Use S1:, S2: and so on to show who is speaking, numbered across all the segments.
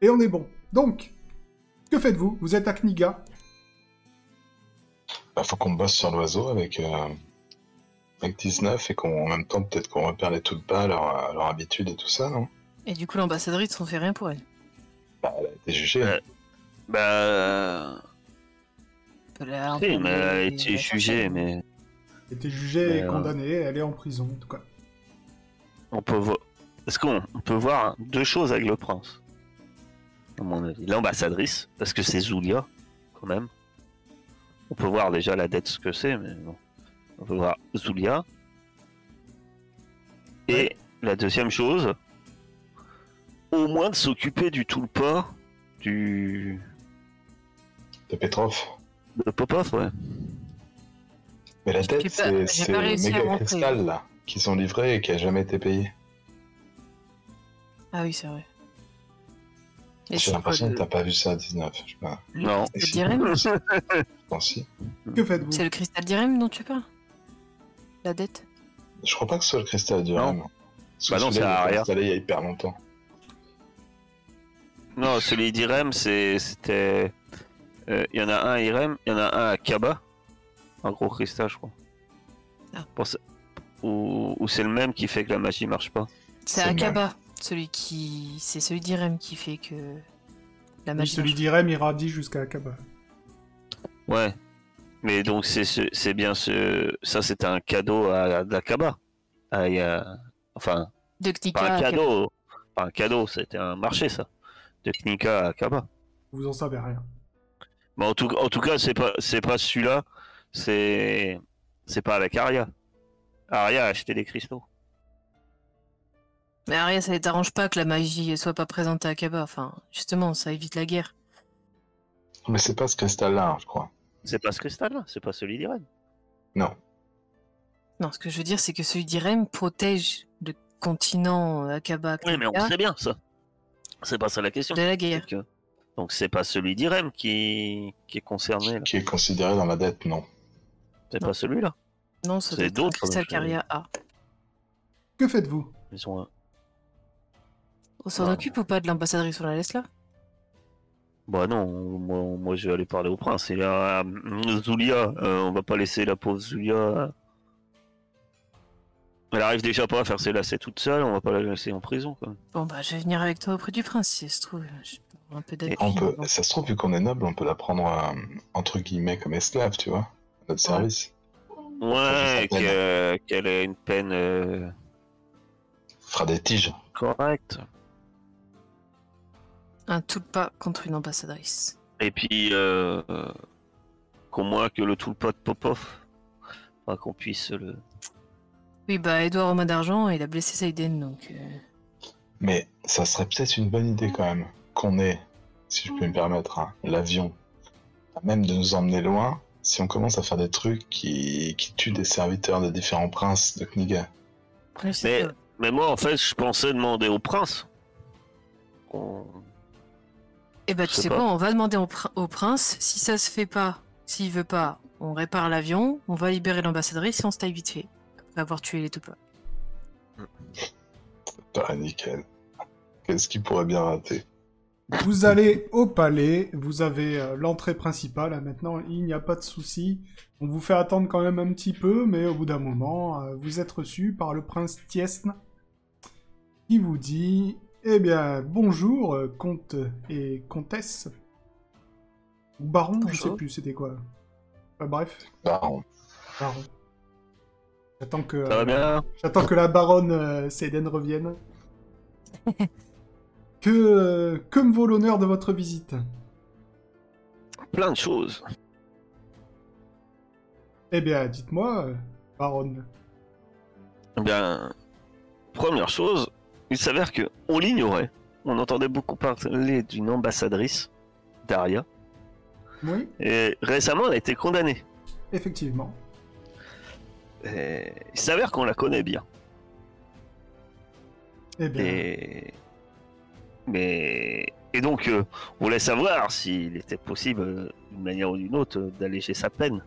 S1: Et on est bon. Donc, que faites-vous Vous êtes à Kniga.
S2: Bah, faut qu'on bosse sur l'oiseau avec, euh, avec 19 et qu'en même temps, peut-être qu'on repère les tout de pas, leur, leur habitude et tout ça, non
S3: Et du coup, l'ambassadrice, on fait rien pour elle.
S2: Bah, elle a été jugée.
S4: Ouais. Bah.
S3: On peut la- on
S4: Si,
S3: peut
S4: mais
S3: la-
S4: elle a
S3: la-
S4: été
S3: la-
S4: jugée, mais.
S1: Elle était jugée et
S4: Euh.
S1: condamnée, elle est en prison, en tout cas.
S4: On peut voir. Est-ce qu'on on peut voir deux choses avec le prince À mon avis. L'ambassadrice, parce que c'est Zulia, quand même. On peut voir déjà la dette, ce que c'est, mais bon. On peut voir Zulia. Et
S1: Ouais.
S4: la deuxième chose, au moins de s'occuper du tout le pas du.
S2: De Petrov.
S4: de Popov, ouais.
S2: Mais la
S3: J'ai
S2: tête,
S3: pas-
S2: c'est
S3: j'ai
S2: c'est
S3: pas
S2: le
S3: réussi à
S2: méga
S3: rentrer.
S2: cristal, là, qui sont livrés et qui a jamais été payé.
S3: Ah oui, c'est vrai. Et
S2: J'ai
S3: c'est quoi
S2: l'impression
S3: le-
S2: que t'as pas vu ça à 19. Je sais pas.
S4: Non.
S3: Le dirham
S2: Bon, si.
S1: Que faites-vous
S3: C'est le cristal dirham dont tu parles La dette
S2: Je crois pas que ce soit le cristal du
S4: Non.
S2: Rhum. Parce
S4: Bah
S2: que
S4: non,
S2: celui-là,
S4: c'est
S2: il a été
S4: Aria.
S2: installé il y a hyper longtemps.
S4: Non, celui d'Irem, c'est- c'était. euh, Il y en a un à Irem, il y en a un à Kaba. Un gros cristal, je crois.
S3: Ah.
S4: Pour ça- Ou, ou c'est le même qui fait que la magie marche pas.
S3: C'est
S2: C'est le
S3: Akaba, celui qui. C'est celui d'Irem qui fait que. La
S1: Oui,
S3: magie.
S1: Celui
S3: marche.
S1: d'Irem ira dit jusqu'à Akaba.
S4: Ouais. Mais donc, c'est ce- c'est bien ce. Ça, c'était un cadeau à, à Kaba. Ah, il y a- Enfin,
S3: De
S4: pas
S3: Knika.
S4: un
S3: à Akaba.
S4: cadeau. Pas un cadeau, c'était un marché, ça. De Knika à Kaba.
S1: Vous en savez rien.
S4: Mais en tout, en tout cas, c'est pas, c'est pas celui-là. C'est. C'est pas avec Aria. Aria a acheté des cristaux.
S3: Mais Aria, ça ne t'arrange pas que la magie soit pas présente à Akaba. Enfin, justement, ça évite la guerre.
S2: Mais c'est pas ce cristal-là, hein, je crois.
S4: C'est pas ce cristal-là, c'est pas celui d'Irène.
S2: Non.
S3: Non, ce que je veux dire, c'est que celui d'Irem protège le continent euh, Akaba
S4: Oui, mais on
S2: Ah.
S3: Knika
S4: sait bien ça. C'est pas ça la question.
S3: de la
S4: c'est
S3: guerre.
S4: que- Donc c'est pas celui d'Irem qui... qui est concerné. là.
S2: Qui est considéré dans la dette, non.
S4: C'est
S3: Non.
S4: pas celui-là.
S3: Non, ça
S4: C'est
S3: doit être un
S4: d'autres,
S3: cristal
S4: je-
S3: qu'Aria a.
S1: Que faites-vous
S4: Ils euh, ont un-
S3: On s'en
S4: Ouais.
S3: occupe ou pas de l'ambassadrice On la laisse là
S4: Bah non, moi, moi, je vais aller parler au prince. Et là, euh, Zulia, euh, on va pas laisser la pauvre Zulia. euh, Elle arrive déjà pas à faire ses lacets toute seule, on va pas la laisser en prison quoi.
S3: Bon, bah, je vais venir avec toi auprès du prince si ça se trouve. Je peux avoir un peu d'appui.
S2: On peut,
S3: avant.
S2: ça se trouve, vu qu'on est noble, on peut la prendre euh, entre guillemets comme esclave, tu vois, à notre service. Ça,
S4: Ouais,
S2: je sais pas,
S4: que- qu'elle ait une peine euh,
S2: Fera des tiges.
S4: correcte.
S3: Un tout le pas contre une ambassadrice.
S4: Et puis, euh, euh, qu'au moins que le tout le pote Popov, enfin, qu'on puisse le.
S3: Oui, bah, Edouard aux mains d'argent, il a blessé Saiden, donc. euh,
S2: Mais ça serait peut-être une bonne idée quand même qu'on ait, si je peux me permettre, hein, l'avion, à même de nous emmener loin, si on commence à faire des trucs qui, qui tuent des serviteurs des différents princes de Kniga.
S3: oui, c'est
S4: Mais-
S3: ça.
S4: Mais moi, en fait, je pensais demander au prince. qu'on-
S3: Eh bah, tu
S4: je sais
S3: sais
S4: pas.
S3: quoi, on va demander au, prin- au prince. Si ça se fait pas, s'il veut pas, on répare l'avion, on va libérer l'ambassadrice et on se taille vite fait. Après avoir tué les deux pas.
S2: Pas Bah, nickel. Qu'est-ce qu'il pourrait bien rater
S1: Vous allez au palais, vous avez euh, l'entrée principale, hein, maintenant il n'y a pas de souci. On vous fait attendre quand même un petit peu, mais au bout d'un moment, euh, vous êtes reçu par le prince Tiesne, qui vous dit Eh bien, bonjour, euh, comte et comtesse. Ou baron, je sais
S3: Bonjour.
S1: plus, c'était quoi. Enfin, bref,
S2: Baron.
S1: baron. J'attends que,
S4: Ça va
S1: euh,
S4: bien
S1: j'attends que la baronne euh, Seiden revienne. que, euh, que me vaut l'honneur de votre visite
S4: Plein de choses.
S1: Eh bien, dites-moi, euh, baronne.
S4: Eh bien, première chose, il s'avère que on l'ignorait. On entendait beaucoup parler d'une ambassadrice, Daria.
S1: Oui,
S4: Et récemment, elle a été condamnée.
S1: effectivement.
S4: Et il s'avère qu'on la connaît bien.
S1: Eh bien,
S4: Et... Mais... Et donc, euh, on voulait savoir s'il était possible, euh, d'une manière ou d'une autre, euh, d'alléger sa peine.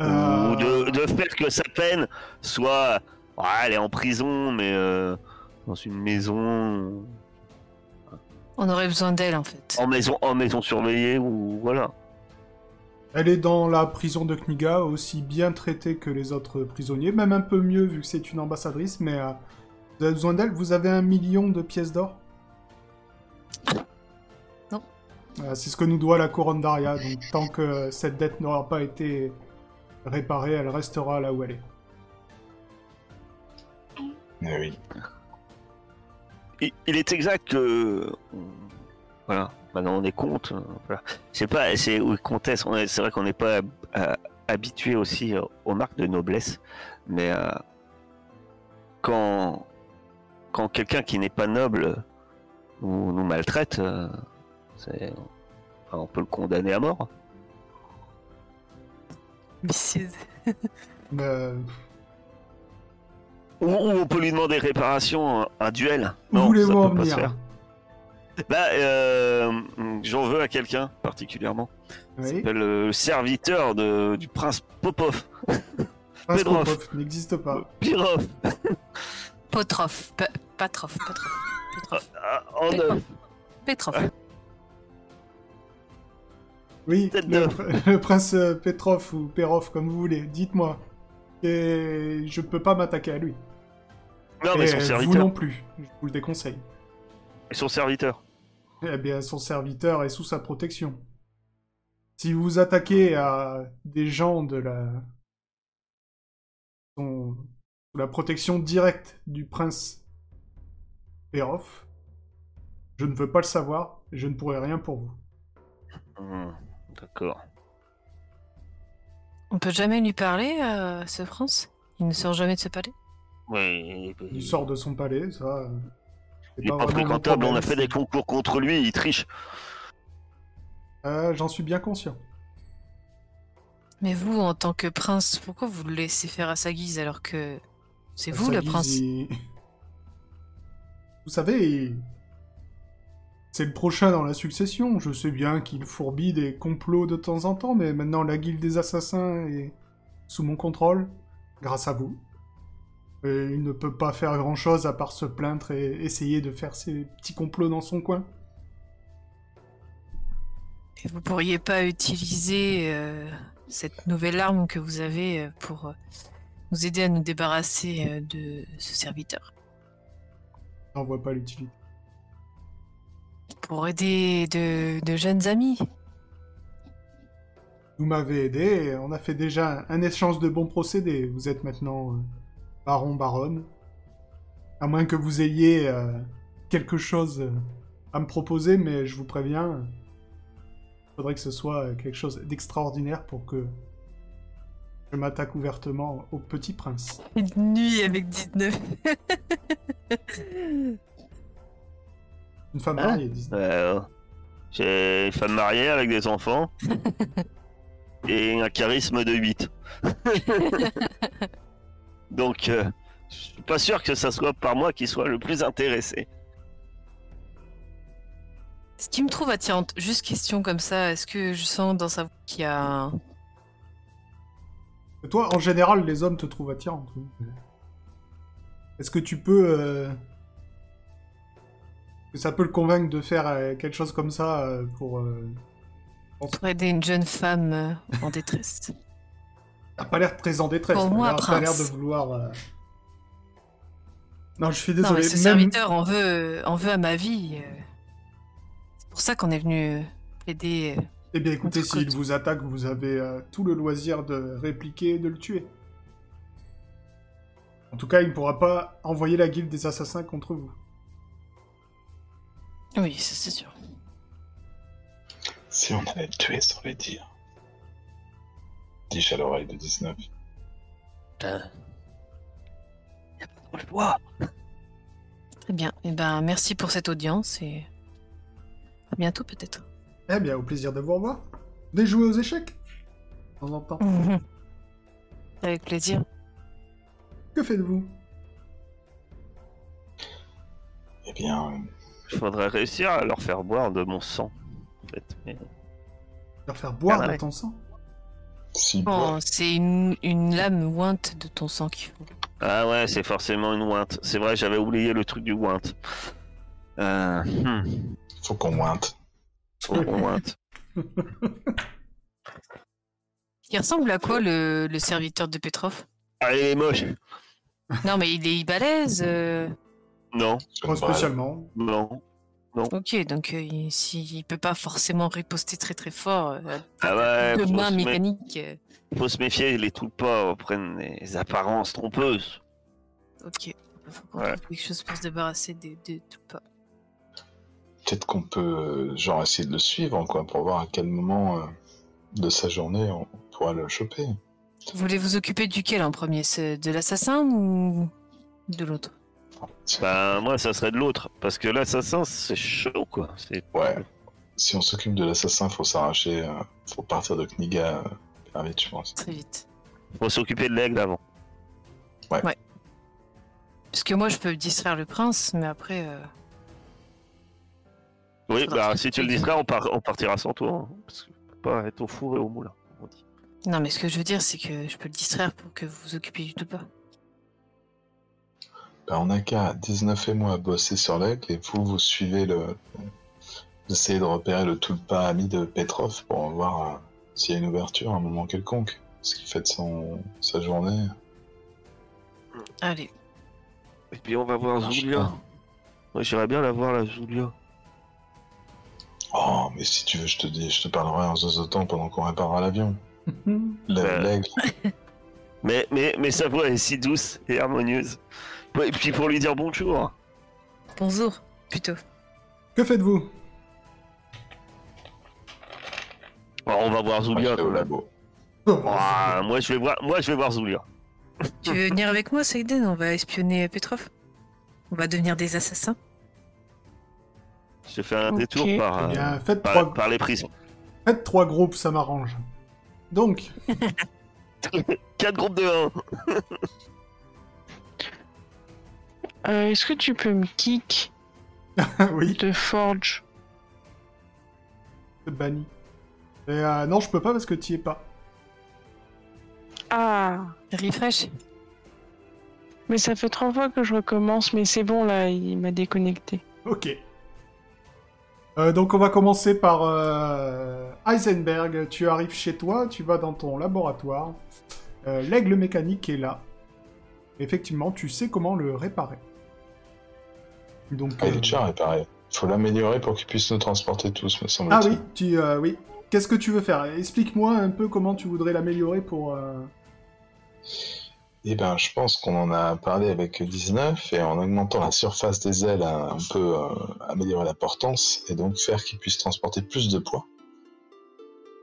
S1: euh,
S4: Ou de, de faire que sa peine soit... ouais, elle est en prison, mais euh, dans une maison...
S3: On aurait besoin d'elle en fait.
S4: En maison, en maison surveillée ou voilà.
S1: Elle est dans la prison de Kniga, aussi bien traitée que les autres prisonniers, même un peu mieux vu que c'est une ambassadrice, mais euh, vous avez besoin d'elle, vous avez un million de pièces d'or
S3: Non.
S1: Euh, c'est ce que nous doit la couronne d'Aria, donc tant que euh, cette dette n'aura pas été réparée, elle restera là où elle est.
S2: Eh oui.
S4: Il, il est exact que voilà. Maintenant on est compte. euh, Voilà. C'est pas, c'est oui, comtesse. on est- C'est vrai qu'on n'est pas euh, habitué aussi euh, aux marques de noblesse, mais euh, quand quand quelqu'un qui n'est pas noble nous, nous maltraite, euh, c'est- enfin, on peut le condamner à mort.
S3: Mais c'est-
S1: Euh,
S4: Ou, ou on peut lui demander réparation, euh, un duel.
S1: Où
S4: Non, ça
S1: voulez-vous en
S4: peut pas se
S1: venir
S4: faire. Là, euh, j'en veux à quelqu'un particulièrement.
S1: Oui.
S4: s'appelle euh, le serviteur de, du prince Popov,
S1: Prince
S4: Pedroff.
S1: Popov n'existe pas.
S4: Pirov,
S3: Potrof. Pa- Patrof. Patrof. Petrov.
S4: Ah, en neuf.
S3: Petrov.
S1: Oui,
S4: Tête
S1: le,
S4: de-
S1: pr- le prince euh, Petrov ou Perov, comme vous voulez, dites-moi. Et je peux pas m'attaquer à lui.
S4: Non, mais
S1: Et euh,
S4: son
S1: vous
S4: serviteur.
S1: non plus, je vous le déconseille.
S4: Et Son serviteur.
S1: Eh bien, son serviteur est sous sa protection. Si vous vous attaquez à des gens de la... sont sous la protection directe du prince Perov, je ne veux pas le savoir, je ne pourrai rien pour vous.
S4: Hmm, D'accord.
S3: On peut jamais lui parler, euh, ce prince Il ne sort jamais de ce palais
S4: Oui, il-
S1: Il sort de son palais, ça... euh, c'est
S4: Il est pas
S1: vraiment mon
S4: fréquentable, on a
S1: problème,
S4: fait des
S1: c'est-
S4: concours contre lui, il triche.
S1: Euh, J'en suis bien conscient.
S3: Mais vous, en tant que prince, pourquoi vous le laissez faire à sa guise alors que c'est vous
S1: Sa
S3: le
S1: guise,
S3: prince
S1: il- Vous savez, il- c'est le prochain dans la succession. Je sais bien qu'il fourbit des complots de temps en temps, mais maintenant la guilde des assassins est sous mon contrôle, grâce à vous. Et il ne peut pas faire grand-chose à part se plaindre et essayer de faire ses petits complots dans son coin.
S3: Et vous pourriez pas utiliser euh, cette nouvelle arme que vous avez euh, pour euh, nous aider à nous débarrasser euh, de ce serviteur
S1: J'en vois pas l'utilité.
S3: Pour aider de, de jeunes amis
S1: Vous m'avez aidé, on a fait déjà un échange de bons procédés. Vous êtes maintenant euh, baron, baronne. À moins que vous ayez euh, quelque chose euh, à me proposer, mais je vous préviens, il faudrait que ce soit euh, quelque chose d'extraordinaire pour que je m'attaque ouvertement au petit prince.
S3: Une nuit avec 19.
S1: Une femme
S4: Ah.
S1: mariée, dis-
S4: Euh, J'ai une femme mariée avec des enfants. et un charisme de 8. Donc, euh, je suis pas sûr que ça soit par moi qui soit le plus intéressé.
S3: Ce qui me trouve attirante, juste question comme ça, est-ce que je sens dans sa voix qu'il y a un-
S1: Et Toi, en général, les hommes te trouvent attirante. oui. Est-ce que tu peux... euh, que ça peut le convaincre de faire euh, quelque chose comme ça euh, pour... euh,
S3: pour aider une jeune femme euh, en détresse
S1: T'as pas l'air très en détresse.
S3: Pour
S1: t'as
S3: moi,
S1: l'air- t'as
S3: prince.
S1: l'air de vouloir... euh, Non, je suis
S3: Non,
S1: désolé.
S3: mais ce
S1: même-
S3: serviteur en veut, en veut à ma vie. euh. C'est pour ça qu'on est venu euh, aider.
S1: Eh bien, écoutez,
S3: Contre-
S1: s'il vous attaque, vous avez euh, tout le loisir de répliquer et de le tuer. En tout cas, il ne pourra pas envoyer la guilde des assassins contre vous.
S3: Oui, ça, c'est sûr.
S2: Si on allait le tuer sans le dire. Dis à l'oreille de 19.
S4: Putain. Y a pas trop le choix.
S3: Très bien. Eh ben, merci pour cette audience et à bientôt peut-être.
S1: Eh bien, au plaisir de vous revoir. Vous avez joué aux échecs De temps en temps.
S3: Avec plaisir.
S1: Que faites-vous
S2: Eh bien, euh,
S4: Il faudrait réussir à leur faire boire de mon sang. en fait. Mais
S1: Leur faire boire
S4: Ah ouais.
S1: de ton sang
S2: si
S3: Oh, c'est une, une lame ointe de ton sang qu'il faut.
S4: Ah ouais, c'est forcément une ouinte. C'est vrai, j'avais oublié le truc du ouinte. Euh, hmm. oh,
S2: Faut qu'on mointe.
S4: Au moins.
S3: Il ressemble à quoi le, le serviteur de Petrov
S4: Ah, il est moche.
S3: Non, mais il est balèze. euh,
S4: Non,
S1: Pas
S2: Bah,
S1: spécialement.
S4: non.
S3: Ok, donc euh, il- s'il peut pas forcément riposter très très fort, euh,
S4: Ah ouais,
S3: de
S4: faut
S3: main
S4: se mé-
S3: mécanique. euh,
S4: faut se méfier, les tout pas prennent des apparences trompeuses.
S3: Ok, il faut qu'on
S4: Ouais.
S3: trouve quelque chose pour se débarrasser des de, tout pas.
S2: Peut-être qu'on peut, euh, genre, essayer de le suivre, quoi, pour voir à quel moment euh, de sa journée on pourra le choper.
S3: Vous voulez vous occuper duquel en premier ce- De l'assassin ou de l'autre
S4: Ben, moi, ça serait de l'autre. Parce que l'assassin, c'est chaud, quoi. C'est
S2: Ouais. Si on s'occupe de l'assassin, faut s'arracher, euh, faut partir de Kniga euh, hyper vite, je pense.
S3: Très vite.
S4: Faut s'occuper de l'aigle avant.
S3: Parce que moi je peux distraire le prince, mais après. euh,
S4: Oui,
S3: Faudra
S4: bah
S3: se
S4: si tu le
S3: préparer.
S4: distrais, on, part- on partira sans toi. hein, parce que faut pas être au four et au moulin. comme on dit.
S3: Non, mais ce que je veux dire, c'est que je peux le distraire pour que vous vous occupiez du tout pas.
S2: Ben, on a qu'à 19 et moi à bosser sur l'aigle et vous, vous suivez le. Vous essayez de repérer le tout pas ami de Petrov pour voir euh, s'il y a une ouverture à un moment quelconque. Ce qui fait de son... sa journée.
S3: Allez,
S4: Et puis on va voir
S2: marche
S4: Zulia.
S2: pas.
S4: Moi, j'irais bien la voir, la Zulia.
S2: Oh, mais si tu veux, je te dis, je te parlerai en zozotant pendant qu'on réparera l'avion.
S4: Euh.
S2: Le- L'aigle.
S4: Mais, mais, mais sa voix est si douce et harmonieuse. Et puis pour lui dire bonjour.
S3: bonjour, plutôt.
S1: Que faites-vous
S4: Alors, Oh, on va
S2: Moi,
S4: voir
S2: je
S4: Zulia.
S2: vais au
S4: quand même.
S2: labo.
S4: Ah, moi, je vais voir, moi, je vais voir Zulia.
S3: Tu veux venir avec moi, Seiden On va espionner Petrov On va devenir des assassins
S4: Je te fais un
S5: Ok.
S4: détour par,
S1: Eh
S4: euh,
S1: bien, faites
S4: par,
S1: trois...
S4: par les prismes.
S1: faites trois groupes, ça m'arrange. Donc,
S4: Quatre groupes de 1.
S5: Euh, Est-ce que tu peux me kick
S1: oui,
S5: de Forge
S1: c'est banni. Et, euh, non, je peux pas parce que t'y es pas.
S5: Ah
S3: Refresh
S5: Mais ça fait trois fois que je recommence, mais c'est bon là, il m'a déconnecté.
S1: Ok. Euh, donc on va commencer par euh, Heisenberg. Tu arrives chez toi, tu vas dans ton laboratoire. Euh, L'aigle mécanique est là. Effectivement, tu sais comment le réparer. Donc,
S2: Ah, il
S1: euh,
S2: est déjà réparé. Faut l'améliorer pour qu'il puisse nous transporter tous, me
S1: ah
S2: semble-t-il.
S1: oui, tu euh, oui. Qu'est-ce que tu veux faire Explique-moi un peu comment tu voudrais l'améliorer pour. euh,
S2: Eh ben, je pense qu'on en a parlé avec 19, et en augmentant la surface des ailes, euh, on peut euh, améliorer la portance, et donc faire qu'il puisse transporter plus de poids,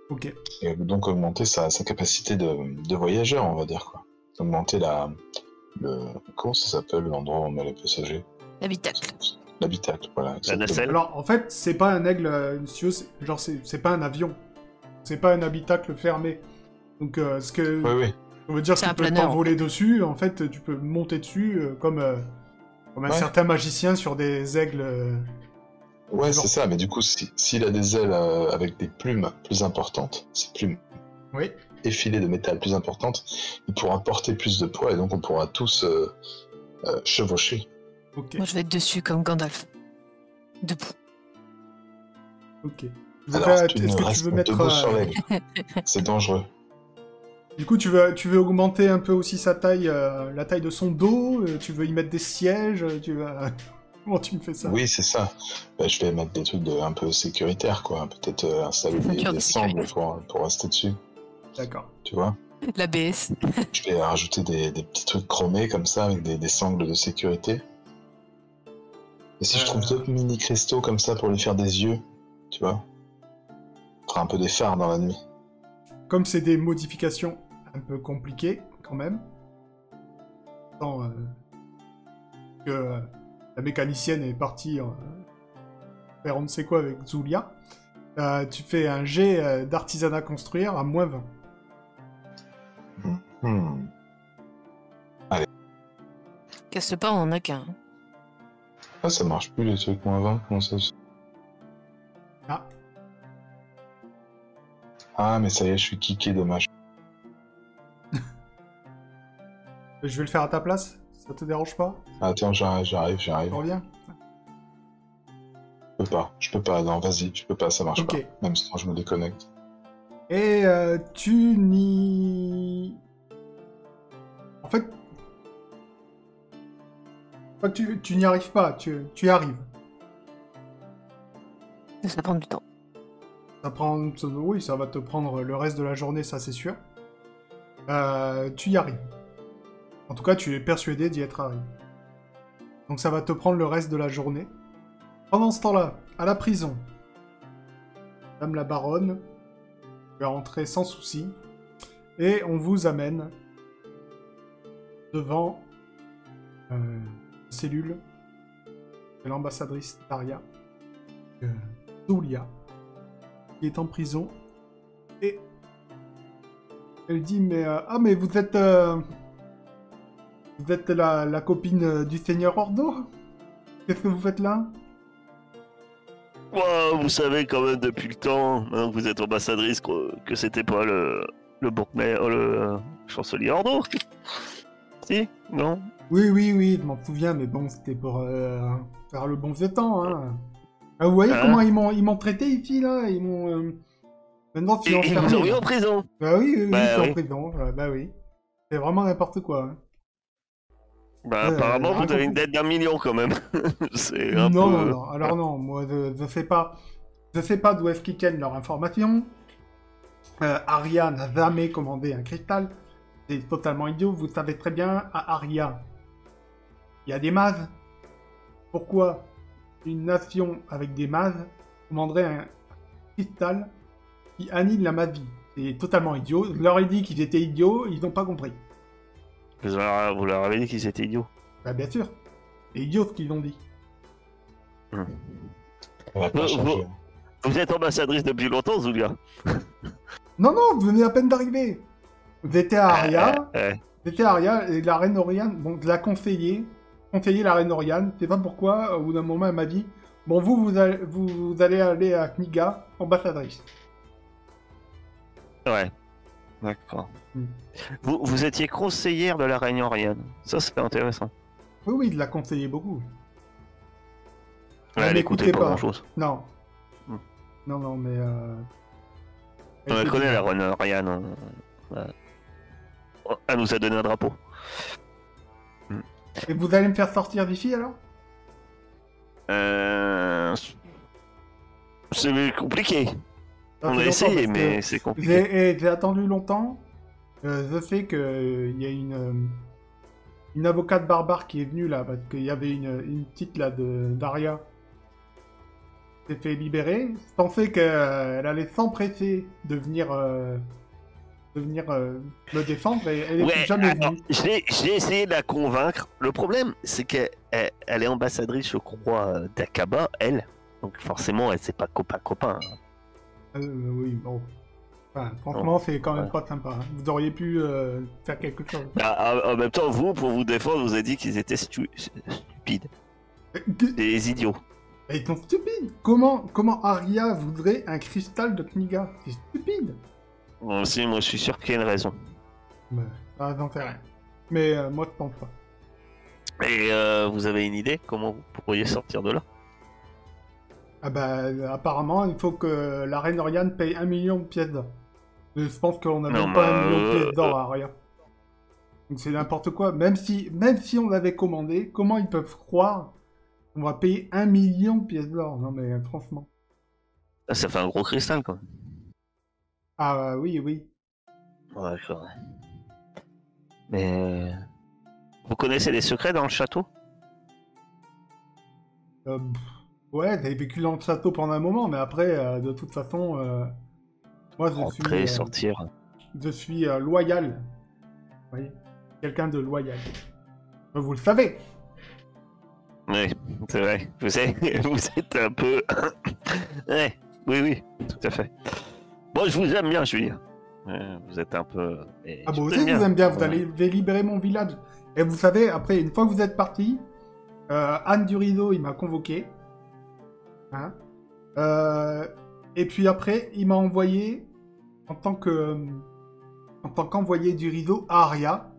S1: Ok.
S2: et donc augmenter sa, sa capacité de, de voyageur, on va dire, quoi. Augmenter la... Le, comment ça s'appelle l'endroit où on met les passagers
S3: L'habitacle.
S2: L'habitacle, voilà. exactement.
S4: nacelle.
S1: Alors en fait, c'est pas un aigle, euh, monsieur, c'est- genre c'est c'est pas un avion. C'est pas un habitacle fermé. Donc euh, ce que
S2: Oui, oui.
S1: On veut dire que
S3: C'est
S1: tu
S3: un
S1: peux
S3: planeur,
S1: t'envoler dessus, en fait, tu peux monter dessus euh, comme, euh, comme un
S2: Ouais.
S1: certain magicien sur des aigles. euh.
S2: Ouais,
S1: Genre.
S2: c'est ça, mais du coup, si- s'il a des ailes euh, avec des plumes plus importantes, ces plumes
S1: Oui.
S2: effilées de métal plus importantes, il pourra porter plus de poids et donc on pourra tous euh, euh, chevaucher.
S1: Ok.
S3: Moi je vais être dessus comme Gandalf. Debout.
S1: ok. Tu veux
S2: Alors,
S1: faire-
S2: tu ne
S1: Est-ce que tu
S2: restes
S1: veux mettre.
S2: debout
S1: euh,
S2: sur l'aigle. c'est dangereux.
S1: Du coup, tu veux, tu veux augmenter un peu aussi sa taille, euh, la taille de son dos euh, Tu veux y mettre des sièges euh, Tu vas. Comment tu me fais ça
S2: Oui, c'est ça. Bah, je vais mettre des trucs de- un peu sécuritaires, quoi. Peut-être euh, installer
S3: Une
S2: des,
S3: ceinture de
S2: des sangles pour, pour rester dessus,
S1: D'accord.
S2: tu vois.
S3: La BS.
S2: Je vais rajouter des, des petits trucs chromés comme ça avec des, des sangles de sécurité. Et si je trouve
S1: Euh.
S2: d'autres mini cristaux comme ça pour lui faire des yeux, tu vois, on fera un peu des phares dans la nuit.
S1: Comme c'est des modifications un peu compliquées, quand même. Tant, euh, que euh, la mécanicienne est partie euh, faire on ne sait quoi avec Zulia. Euh, tu fais un jet euh, d'artisanat construire à moins 20.
S2: Hmm.
S3: Casse le pas, on en a qu'un. hein.
S2: Ah, ça marche plus les trucs moins 20, comment ça se-
S1: Ah.
S2: Ah, mais ça y est, je suis kické, dommage.
S1: Je vais le faire à ta place, ça te dérange pas
S2: Ah, Attends, j'arrive, j'arrive, j'arrive.
S1: Tu reviens
S2: On peut pas, je peux pas, non, vas-y, je peux pas, ça marche
S1: Ok.
S2: pas. Même si quand je me déconnecte.
S1: Et euh, tu n'y. En fait. Enfin, tu tu n'y arrives pas, tu, tu y arrives.
S3: hein. Ça prend du temps.
S1: Ça prend. Oui, ça va te prendre le reste de la journée, ça c'est sûr. Euh, tu y arrives. En tout cas, tu es persuadé d'y être arrivé. Donc ça va te prendre le reste de la journée. Pendant ce temps-là, à la prison, Madame la Baronne, tu vas rentrer sans souci. Et on vous amène devant euh, une cellule de l'ambassadrice Daria, euh, Zulia qui est en prison. Et elle dit mais euh, ah mais vous êtes euh, vous êtes la, la copine euh, du seigneur Ordo. Qu'est-ce que vous faites là
S4: Ouah, vous savez quand même depuis le temps, maintenant que vous êtes ambassadrice, que, que c'était pas le le bourgmestre, oh, le euh, chancelier Ordo. si Non
S1: Oui oui oui, je m'en souviens mais bon c'était pour euh, faire le bon vieux temps. Hein. Ah, vous voyez
S4: Ah.
S1: comment ils m'ont ils m'ont traité ici là, ils m'ont euh, maintenant
S4: Et,
S1: tu es
S4: et vous
S1: enfermé.
S4: ont mis en prison
S1: Bah oui oui, oui,
S4: Bah
S1: je suis en
S4: oui.
S1: prison. euh, Bah oui, c'est vraiment n'importe quoi. hein.
S4: Bah,
S1: Euh,
S4: apparemment, vous avez
S1: raconte-
S4: une dette d'un million quand même. C'est un
S1: Non,
S4: peu.
S1: non, non. Alors non, moi, je ne sais pas, je sais pas d'où est-ce qu'ils tiennent leur information. Euh, Aria n'a jamais commandé un cristal. C'est totalement idiot. Vous savez très bien, à Aria, il y a des mages. Pourquoi une nation avec des mages commanderait un cristal qui annule la magie C'est totalement idiot. Je leur ai dit qu'ils étaient idiots, ils n'ont pas compris.
S4: Vous leur, vous leur avez dit qu'ils étaient idiots.
S1: Bah, bien sûr, c'est idiot ce qu'ils ont dit.
S2: Elle a pas
S4: Vous-
S2: changé.
S4: vous- Vous êtes ambassadrice depuis longtemps, Zulia
S1: Non, non, vous venez à peine d'arriver. Vous étiez à Aria.
S4: Eh,
S1: C'était Aria et la reine Oriane, bon, de la conseiller, conseiller la reine Oriane, je sais pas pourquoi, au bout d'un moment elle m'a dit Bon, vous, vous allez, vous, vous allez aller à Kniga, ambassadrice.
S4: Ouais. D'accord.
S1: Hmm.
S4: Vous, vous étiez conseillère de la reine Oriane. Ça, c'est intéressant.
S1: Oui, oui, de la conseiller beaucoup.
S4: Ouais,
S1: Elle
S4: elle écoutait
S1: m'écoutait
S4: pas
S1: pas.
S4: grand chose.
S1: Non.
S4: Hmm.
S1: Non, non, mais. Euh...
S4: On
S1: elle
S4: la
S1: te
S4: connaît,
S1: dit-
S4: la reine Oriane. on- ouais. Oh, Elle nous a donné un drapeau.
S1: Et vous allez me faire sortir d'ici alors
S4: Euh... C'est compliqué.
S1: Ça
S4: On
S1: fait
S4: a
S1: longtemps
S4: essayé,
S1: parce que
S4: mais c'est compliqué.
S1: J'ai eh, j'ai attendu longtemps. Euh, je sais qu'il y a une, euh, une avocate barbare qui est venue là, parce qu'il y avait une, une petite là de Daria qui s'est fait libérer. Je pensais qu'elle allait s'empresser de venir, euh, de venir euh, me défendre et elle est
S4: Ouais,
S1: jamais
S4: alors,
S1: venue.
S4: j'ai j'ai essayé de la convaincre. Le problème, c'est qu'elle elle- elle est ambassadrice, je crois, euh, d'Akaba, elle. Donc forcément, elle c'est pas copain-copain.
S1: Euh, oui, bon. Enfin, franchement, c'est quand même
S4: Ouais.
S1: pas sympa. hein. Vous auriez pu euh, faire quelque chose.
S4: Ah, En même temps, vous, pour vous défendre, vous avez dit qu'ils étaient stu- stupides. Des idiots.
S1: Mais ils sont stupides Comment, comment Aria voudrait un cristal de Kniga C'est stupide
S4: Moi aussi, moi, je suis sûr qu'il y a une raison.
S1: Bah, ça j'en sais rien. Mais euh, moi, je pense pas.
S4: Et euh, vous avez une idée comment vous pourriez sortir de là
S1: Ah bah, euh, apparemment, il faut que la reine Oriane paye un million de pièces d'or. Mais Je pense qu'on n'a
S4: Non,
S1: même pas
S4: bah,
S1: un million de
S4: euh,
S1: pièces d'or à Aria. Donc c'est n'importe quoi. Même si, même si on l'avait commandé, comment ils peuvent croire qu'on va payer un million de pièces d'or Non mais euh, franchement.
S4: Ah, Ça fait un gros cristal, quand même.
S1: Ah euh, oui, oui.
S4: Ouais, D'accord. Mais. euh, Vous connaissez les secrets dans le château
S1: Euh, pff, ouais, t'avais vécu dans le château pendant un moment, mais après, euh, de toute façon, euh, moi je suis,
S4: Entrer,
S1: euh,
S4: sortir.
S1: je suis euh, loyal. Vous voyez Quelqu'un de loyal. Euh, Vous le savez
S4: Oui, c'est vrai. Vous êtes, vous êtes un peu. Ouais, oui, oui, tout à fait. Bon, je vous aime bien, je veux dire. Euh, Vous êtes un peu. mais
S1: Ah
S4: je
S1: bon, aussi, je vous aime bien, vous
S4: Ouais.
S1: allez libérer mon village. Et vous savez, après, une fois que vous êtes parti, euh, Anne du Rideau, il m'a convoqué. Hein Euh, et puis après, il m'a envoyé en tant que en tant qu'envoyé du rideau à Aria.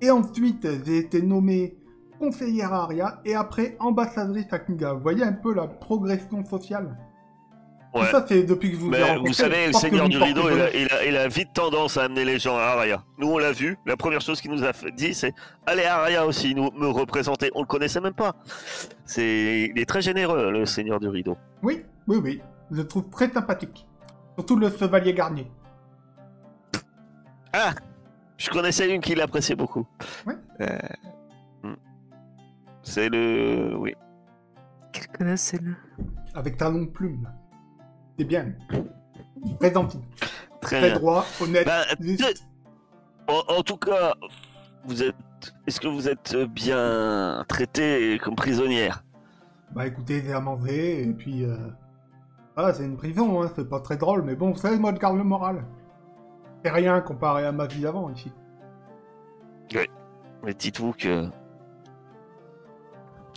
S1: Et ensuite, j'ai été nommé conseillère à Aria et après ambassadrice à Kniga. Vous voyez un peu la progression sociale Tout
S4: Ouais.
S1: ça, c'est depuis que vous l'avez
S4: Mais vous
S1: rencontré,
S4: savez,
S1: je
S4: le
S1: pense que
S4: seigneur
S1: vous
S4: du
S1: portez
S4: rideau, il
S1: bonheur.
S4: a, il a- il a vite tendance à amener les gens à Araya. Nous, on l'a vu. La première chose qu'il nous a fait- dit, c'est Allez, Araya aussi, nous me représenter. On le connaissait même pas. C'est, il est très généreux, le seigneur du rideau.
S1: Oui, oui, oui. Je le trouve très sympathique. Surtout le chevalier garnier.
S4: Je connaissais une qui l'appréciait beaucoup.
S1: Ouais.
S4: Euh, hmm. C'est le. Oui.
S3: Quelle connasse celle-là
S1: Avec ta longue plume, là. C'est bien. Très gentil.
S4: Très
S1: Très
S4: bien.
S1: droit, honnête.
S4: Bah,
S1: juste.
S4: En, en tout cas, vous êtes. Est-ce que vous êtes bien traité comme prisonnière
S1: Bah écoutez, j'ai à manger, et puis... Euh... Voilà, c'est une prison, hein, c'est pas très drôle, mais bon, vous savez, moi, je garde le moral. C'est rien comparé à ma vie d'avant, ici.
S4: Mais dites-vous que.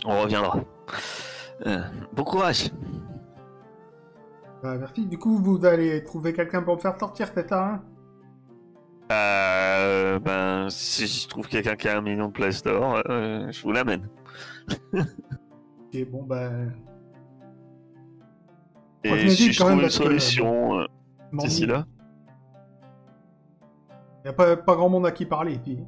S4: On reviendra. Euh, bon courage.
S1: Euh, merci. Du coup, vous allez trouver quelqu'un pour me faire sortir, c'est ça, hein
S4: Euh, ben, si je trouve quelqu'un qui a un million de places d'or, euh, je vous l'amène.
S1: Et bon, ben... Revenez
S4: Et si
S1: vite
S4: je
S1: quand même,
S4: trouve une
S1: parce que-
S4: solution euh, d'ici là.
S1: Il a pas, pas grand monde à qui parler, ici.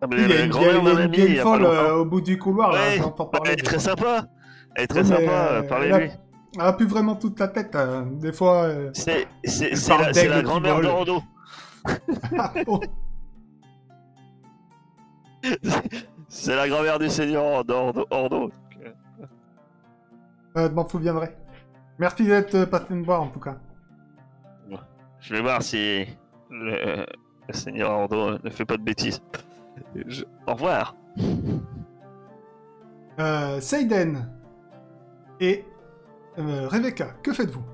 S4: Ah, mais
S1: Il y a
S4: la
S1: une,
S4: grand-mère
S1: il y a
S4: de
S1: une
S4: ma mamie, il
S1: vieille
S4: y a pas
S1: folle
S4: longtemps.
S1: euh, au bout du couloir, là,
S4: Ouais,
S1: j'entends
S4: Ah,
S1: parler.
S4: Elle est
S1: des
S4: très
S1: fois.
S4: sympa. Elle est très
S1: Oui, mais,
S4: sympa,
S1: euh,
S4: euh,
S1: elle, a,
S4: parlez-lui.
S1: elle a plus vraiment toute la tête. euh, Des fois, euh,
S4: C'est c'est-
S1: Elle
S4: c'est
S1: parle
S4: la, c'est
S1: d'aigle
S4: la
S1: qui
S4: grand-mère de
S1: vole.
S4: Rondo.
S1: ah, oh,
S4: C'est la grand-mère du seigneur Ordo. Ordo.
S1: euh, je m'en souviendrai. Merci d'être euh, passé me voir en tout cas.
S4: Je vais voir si le, le seigneur Ordo euh, ne fait pas de bêtises. Je- Au revoir.
S1: Euh, Seiden et euh, Rebecca, que faites-vous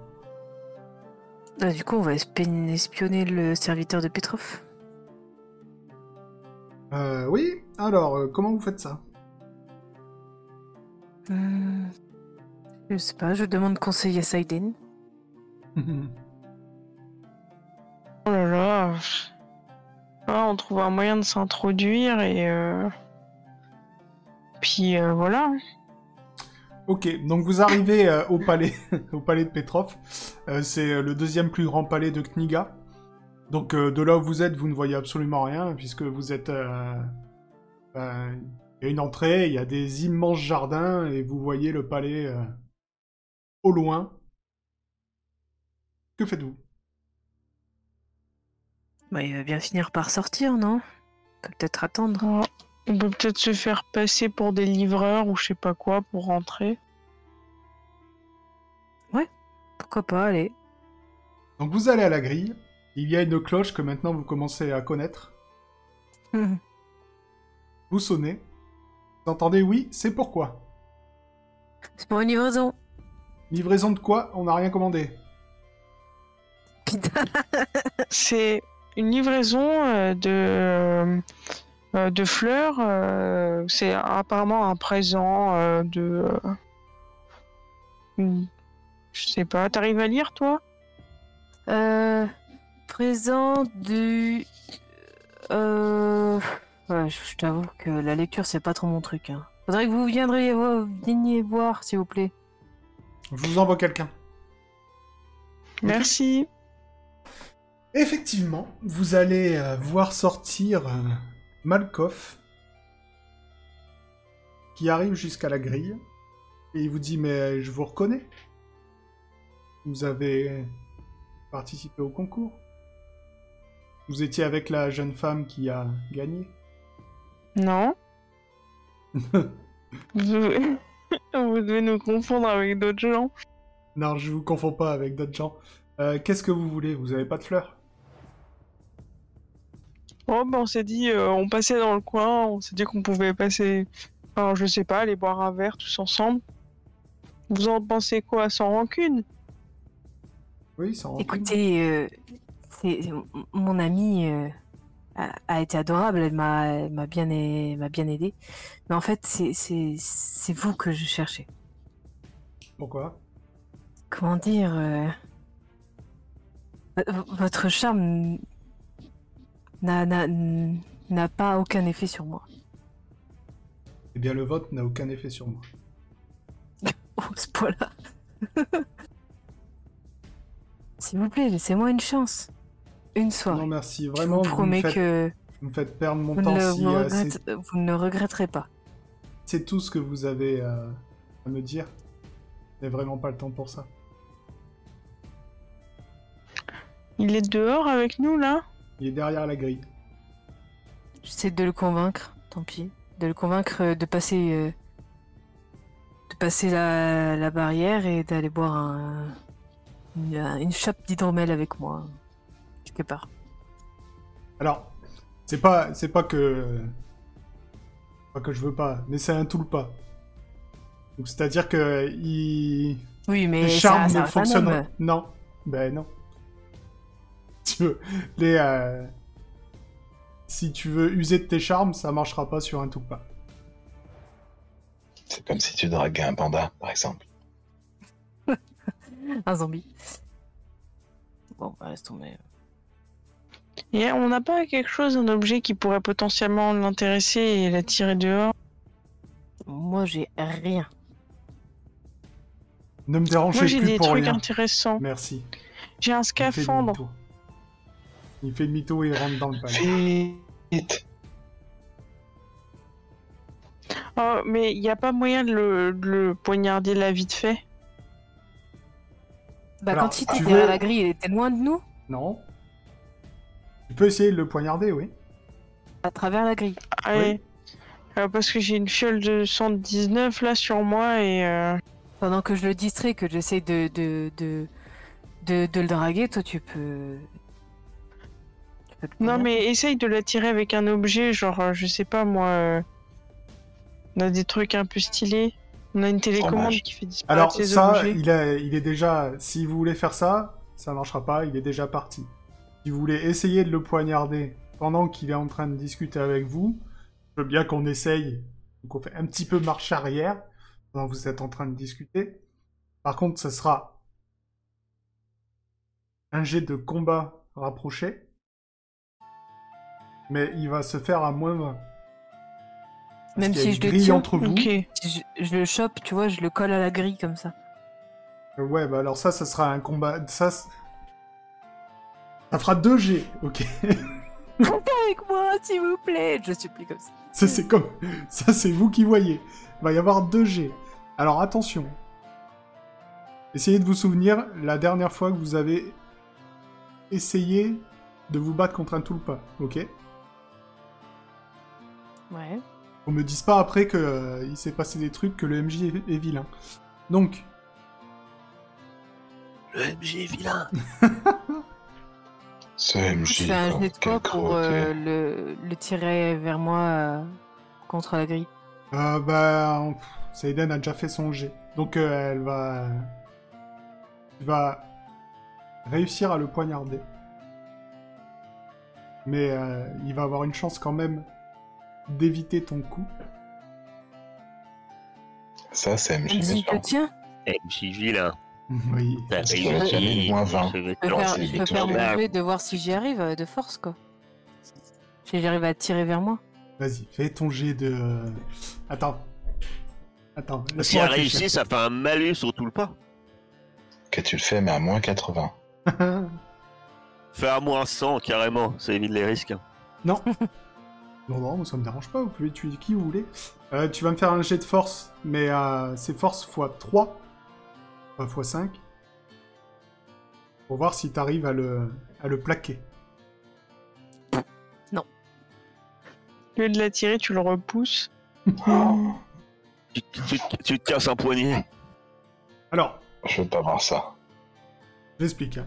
S3: Ah, Du coup, on va espé- espionner le serviteur de Petrov.
S1: Euh, Oui, alors euh, comment vous faites ça
S3: Hmm. Je sais pas, je demande conseil à Saiden.
S5: Oh là là. Ah, on trouve un moyen de s'introduire et. euh, Puis euh, voilà.
S1: Ok, donc vous arrivez euh, au palais, au palais de Petrov. Euh, c'est euh, le deuxième plus grand palais de Kniga. Donc euh, de là où vous êtes, vous ne voyez absolument rien puisque vous êtes. euh, euh, Il y a une entrée, il y a des immenses jardins et vous voyez le palais euh, au loin. Que faites-vous
S3: Bah, il va bien finir par sortir, non On peut peut-être attendre.
S5: Ouais. Ah, On peut peut-être se faire passer pour des livreurs ou je sais pas quoi pour rentrer.
S3: Pourquoi pas, allez.
S1: Donc vous allez à la grille. Il y a une cloche que maintenant vous commencez à connaître.
S3: Hmm.
S1: Vous sonnez. Vous entendez oui, c'est pourquoi.
S3: C'est pour une livraison.
S1: Livraison de quoi On n'a rien commandé.
S3: Putain.
S5: C'est une livraison euh, de, euh, de fleurs. euh, C'est apparemment un présent euh, de. euh, Je sais pas, t'arrives à lire toi
S3: Euh, présent du. Euh. ouais, je je t'avoue que la lecture, c'est pas trop mon truc. Hein. Faudrait que vous viendriez voir, veniez voir, s'il vous plaît.
S1: Je vous envoie quelqu'un.
S5: Merci.
S1: Effectivement, vous allez euh, voir sortir euh, Malkoff qui arrive jusqu'à la grille et il vous dit mais euh, je vous reconnais. Vous avez participé au concours. Vous étiez avec la jeune femme qui a gagné.
S5: Non Vous vous devez nous confondre avec d'autres gens.
S1: non, je vous confonds pas avec d'autres gens. Euh, Qu'est-ce que vous voulez Vous avez pas de fleurs
S5: Oh, bah, on s'est dit, euh, on passait dans le coin, on s'est dit qu'on pouvait passer, enfin, je sais pas, aller boire un verre tous ensemble. Vous en pensez quoi sans rancune
S1: Oui, sans rancune.
S3: Écoutez, euh, c'est- m- mon amie euh, a, a été adorable, elle m'a elle m'a bien, a- m'a bien aidé. Mais en fait, c'est- c'est c'est vous que je cherchais.
S1: Pourquoi
S3: Comment dire euh, v- v- Votre charme n'a- n'a n'a pas aucun effet sur moi.
S1: Eh bien, le vote n'a aucun effet sur moi.
S3: Oh, ce point-là. S'il vous plaît, laissez-moi une chance. Une
S1: Non,
S3: soirée.
S1: merci.
S3: Je
S1: Vraiment,
S3: vous
S1: vous me
S3: promets
S1: faites,
S3: que
S1: vous me faites perdre mon
S3: vous
S1: temps
S3: ne,
S1: si
S3: vous
S1: euh, c'est-
S3: regrette- vous ne le regretterez pas.
S1: c'est tout ce que vous avez euh, à me dire. J'ai vraiment pas le temps pour ça.
S5: Il est dehors avec nous là
S1: Il est derrière la grille.
S3: J'essaie de le convaincre, tant pis. De le convaincre euh, de passer, euh, de passer la, la barrière et d'aller boire un- une, euh, une chape d'hydromel avec moi. Quelque part.
S1: Alors, c'est pas, c'est pas que, pas que je veux pas, mais c'est un tout le pas. Donc c'est-à-dire que il,
S3: Oui, mais
S1: les
S3: ça-
S1: charmes
S3: ça,
S1: ne
S3: reste un
S1: fonctionnent
S3: homme.
S1: non, ben non. Tu veux les, euh, si tu veux user de tes charmes, ça marchera pas sur un tout le pas.
S2: C'est comme si tu draguais un panda, par exemple.
S3: euh, Un zombie. Bon, bah, laisse tomber.
S5: Et on n'a pas quelque chose, un objet qui pourrait potentiellement l'intéresser et l'attirer dehors
S3: Moi, j'ai rien.
S1: Ne me dérangez
S5: Moi j'ai
S1: plus
S5: des
S1: pour
S5: trucs
S1: rien.
S5: intéressants.
S1: Merci.
S5: J'ai
S1: Il
S5: un
S1: fait
S5: scaphandre.
S1: demi-tour. Il fait demi-tour et il rentre dans le palais.
S2: Vite
S5: Oh, mais il n'y a pas moyen de le, de le poignarder là vite fait.
S3: Bah,
S1: Alors,
S3: quand il
S1: tu
S3: était derrière
S1: veux-
S3: la grille, il était loin de nous,
S1: Non. Tu peux essayer de le poignarder, oui.
S3: à travers la grille.
S5: Allez. Ah, Euh, parce que j'ai une fiole de 119 là sur moi et. euh,
S3: Pendant que je le distrais, que j'essaie de de, de, de de le draguer, toi, tu peux. Tu peux te
S5: Non
S3: convaincre.
S5: mais essaye de l'attirer avec un objet, genre euh, je sais pas moi. euh, On a des trucs un peu stylés. On a une télécommande
S2: Fromage.
S5: qui fait
S3: Ah,
S5: disparaître
S1: Alors
S5: les
S1: ça,
S5: objets.
S1: il, a- il est déjà. Si vous voulez faire ça, ça marchera pas. Il est déjà parti. Si vous voulez essayer de le poignarder pendant qu'il est en train de discuter avec vous, je veux bien qu'on essaye. Donc on fait un petit peu marche arrière pendant que vous êtes en train de discuter. Par contre, ce sera un jet de combat rapproché, mais il va se faire à moins 20. Parce
S3: Même
S1: qu'il y a
S3: si
S1: une
S3: je le
S1: grille
S3: tiens,
S1: entre vous.
S5: Ok.
S3: je, je le chope, tu vois, je le colle à la grille comme ça.
S1: Euh, Ouais, bah alors ça, ça sera un combat. Ça, c- ça fera 2 G, ok.
S3: Avec moi, s'il vous plaît Je supplie comme ça.
S1: Ça, c'est comme. Ça, c'est vous qui voyez. Il va y avoir 2 G. Alors attention. Essayez de vous souvenir la dernière fois que vous avez essayé de vous battre contre un tulpa, ok
S3: Ouais.
S1: On me dise pas après que euh, il s'est passé des trucs que le MJ est, est vilain. Donc,
S4: Le MJ est vilain.
S2: C'est
S3: Je
S2: MJ.
S3: fais un
S2: quoi,
S3: jet de
S2: quel
S3: quoi pour
S2: crotté.
S3: euh, le, le tirer vers moi euh, contre la grille
S1: euh, bah, on- pff, Seiden a déjà fait son G. Donc, euh, elle va. Tu vas réussir à le poignarder. Mais euh, il va avoir une chance quand même d'éviter ton coup.
S2: Ça, c'est MJ.
S3: Même si je
S2: méchant.
S3: le tiens,
S4: MJ vilain.
S1: Oui.
S4: T'as
S2: Parce que la tienne est
S4: réussi.
S2: moins 20.
S4: Je
S3: je
S4: vais Bah, te
S3: peux faire,
S4: lancer
S3: je
S4: des
S3: peux faire
S4: tournages.
S3: mon jet de voir si j'y arrive euh, de force, quoi. Si j'arrive à tirer vers moi.
S1: Vas-y, fais ton G de. euh, Attends. Attends.
S4: Si
S1: laisse-moi
S4: elle
S1: réfléchir.
S4: réussit, ça fait un malus sur tout le pas.
S2: Que tu le fais, mais à moins 80.
S4: Fais à moins 100 carrément, ça évite les risques.
S1: Non. non, non, moi, ça me dérange pas, vous pouvez tuer qui vous voulez. Euh, tu vas me faire un jet de force, mais euh, c'est force x 3, pas x 5, pour voir si t'arrives à le, à le plaquer.
S5: Au lieu de l'attirer, tu le repousses.
S1: Oh.
S4: Tu, tu- tu te casses un poignet.
S1: Alors,
S2: Je veux pas voir ça.
S1: j'explique. hein.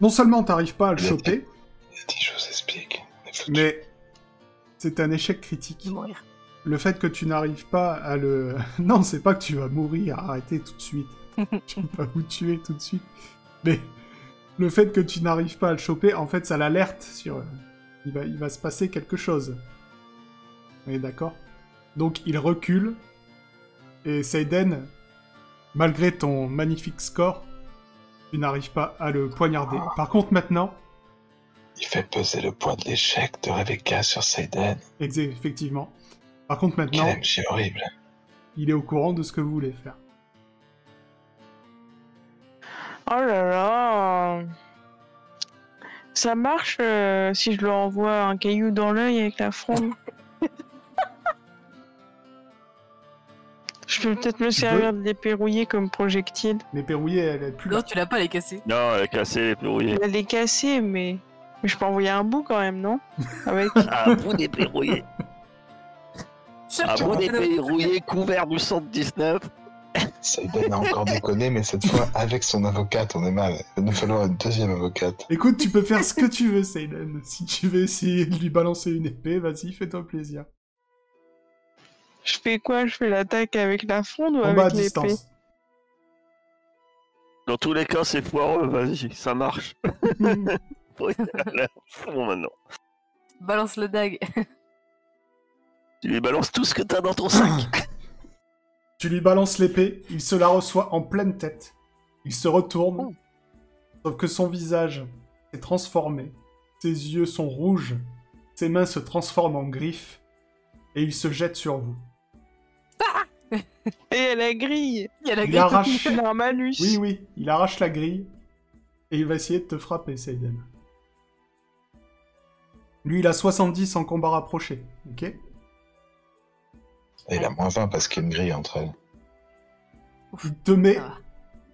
S1: Non seulement t'arrives pas à le
S2: Il a
S1: choper,
S2: Si je vous explique. on est foutus.
S1: mais c'est un échec critique.
S3: Je vais mourir.
S1: Le fait que tu n'arrives pas à le... Non, c'est pas que tu vas mourir, arrêtez tout de suite. je vais pas vous tuer tout de suite. Mais le fait que tu n'arrives pas à le choper, en fait, ça l'alerte sur... euh, Il va, il va se passer quelque chose. On est d'accord Donc il recule. Et Seiden, malgré ton magnifique score, tu n'arrives pas à le poignarder. Par contre, maintenant,
S2: Il fait peser le poids de l'échec de Rebecca sur Seiden.
S1: ex- effectivement, Par contre, maintenant,
S2: Quelle MJ horrible.
S1: il est au courant de ce que vous voulez faire.
S5: Oh là là Ça marche euh, si je lui envoie un caillou dans l'œil avec la fronde. je peux peut-être me servir de déverrouiller comme projectile.
S1: Mais Pérouillé, elle est plus là.
S3: Non, tu l'as pas, elle est cassée.
S4: Non, euh, elle est cassée, elle est verrouillée.
S5: Elle est cassée, mais... mais je peux envoyer un bout quand même, non Avec
S4: Un bout déverrouillé.
S3: Ah.
S4: Un bout déverrouillé couvert du 119.
S2: Saïden a encore déconné, mais cette fois avec son avocate, on est mal. Il nous falloir une deuxième avocate.
S1: Écoute, tu peux faire ce que tu veux, Seiden. Si tu veux essayer de lui balancer une épée, vas-y, fais-toi plaisir.
S5: Je fais quoi Je fais l'attaque avec la fronde ou
S1: Combat à
S5: avec l'épée
S1: distance.
S4: Dans tous les cas, c'est foireux, vas-y, ça marche. Faut y aller à fond, maintenant.
S3: Balance le dague.
S4: Tu lui balances tout ce que t'as dans ton sac.
S1: Tu lui balances l'épée, il se la reçoit en pleine tête. Il se retourne,
S3: Oh.
S1: sauf que son visage est transformé, ses yeux sont rouges, ses mains se transforment en griffes, et il se jette sur vous.
S5: Et elle a grille
S3: Il y a la
S1: Il
S3: grille.
S1: arrache,
S5: Elle a un malus
S1: oui oui, il arrache la grille, et il va essayer de te frapper, Seiden. Lui, il a 70 en combat rapproché, ok
S2: Et il a moins 20 parce qu'il y a une grille entre elles.
S1: Il te met
S3: Ah.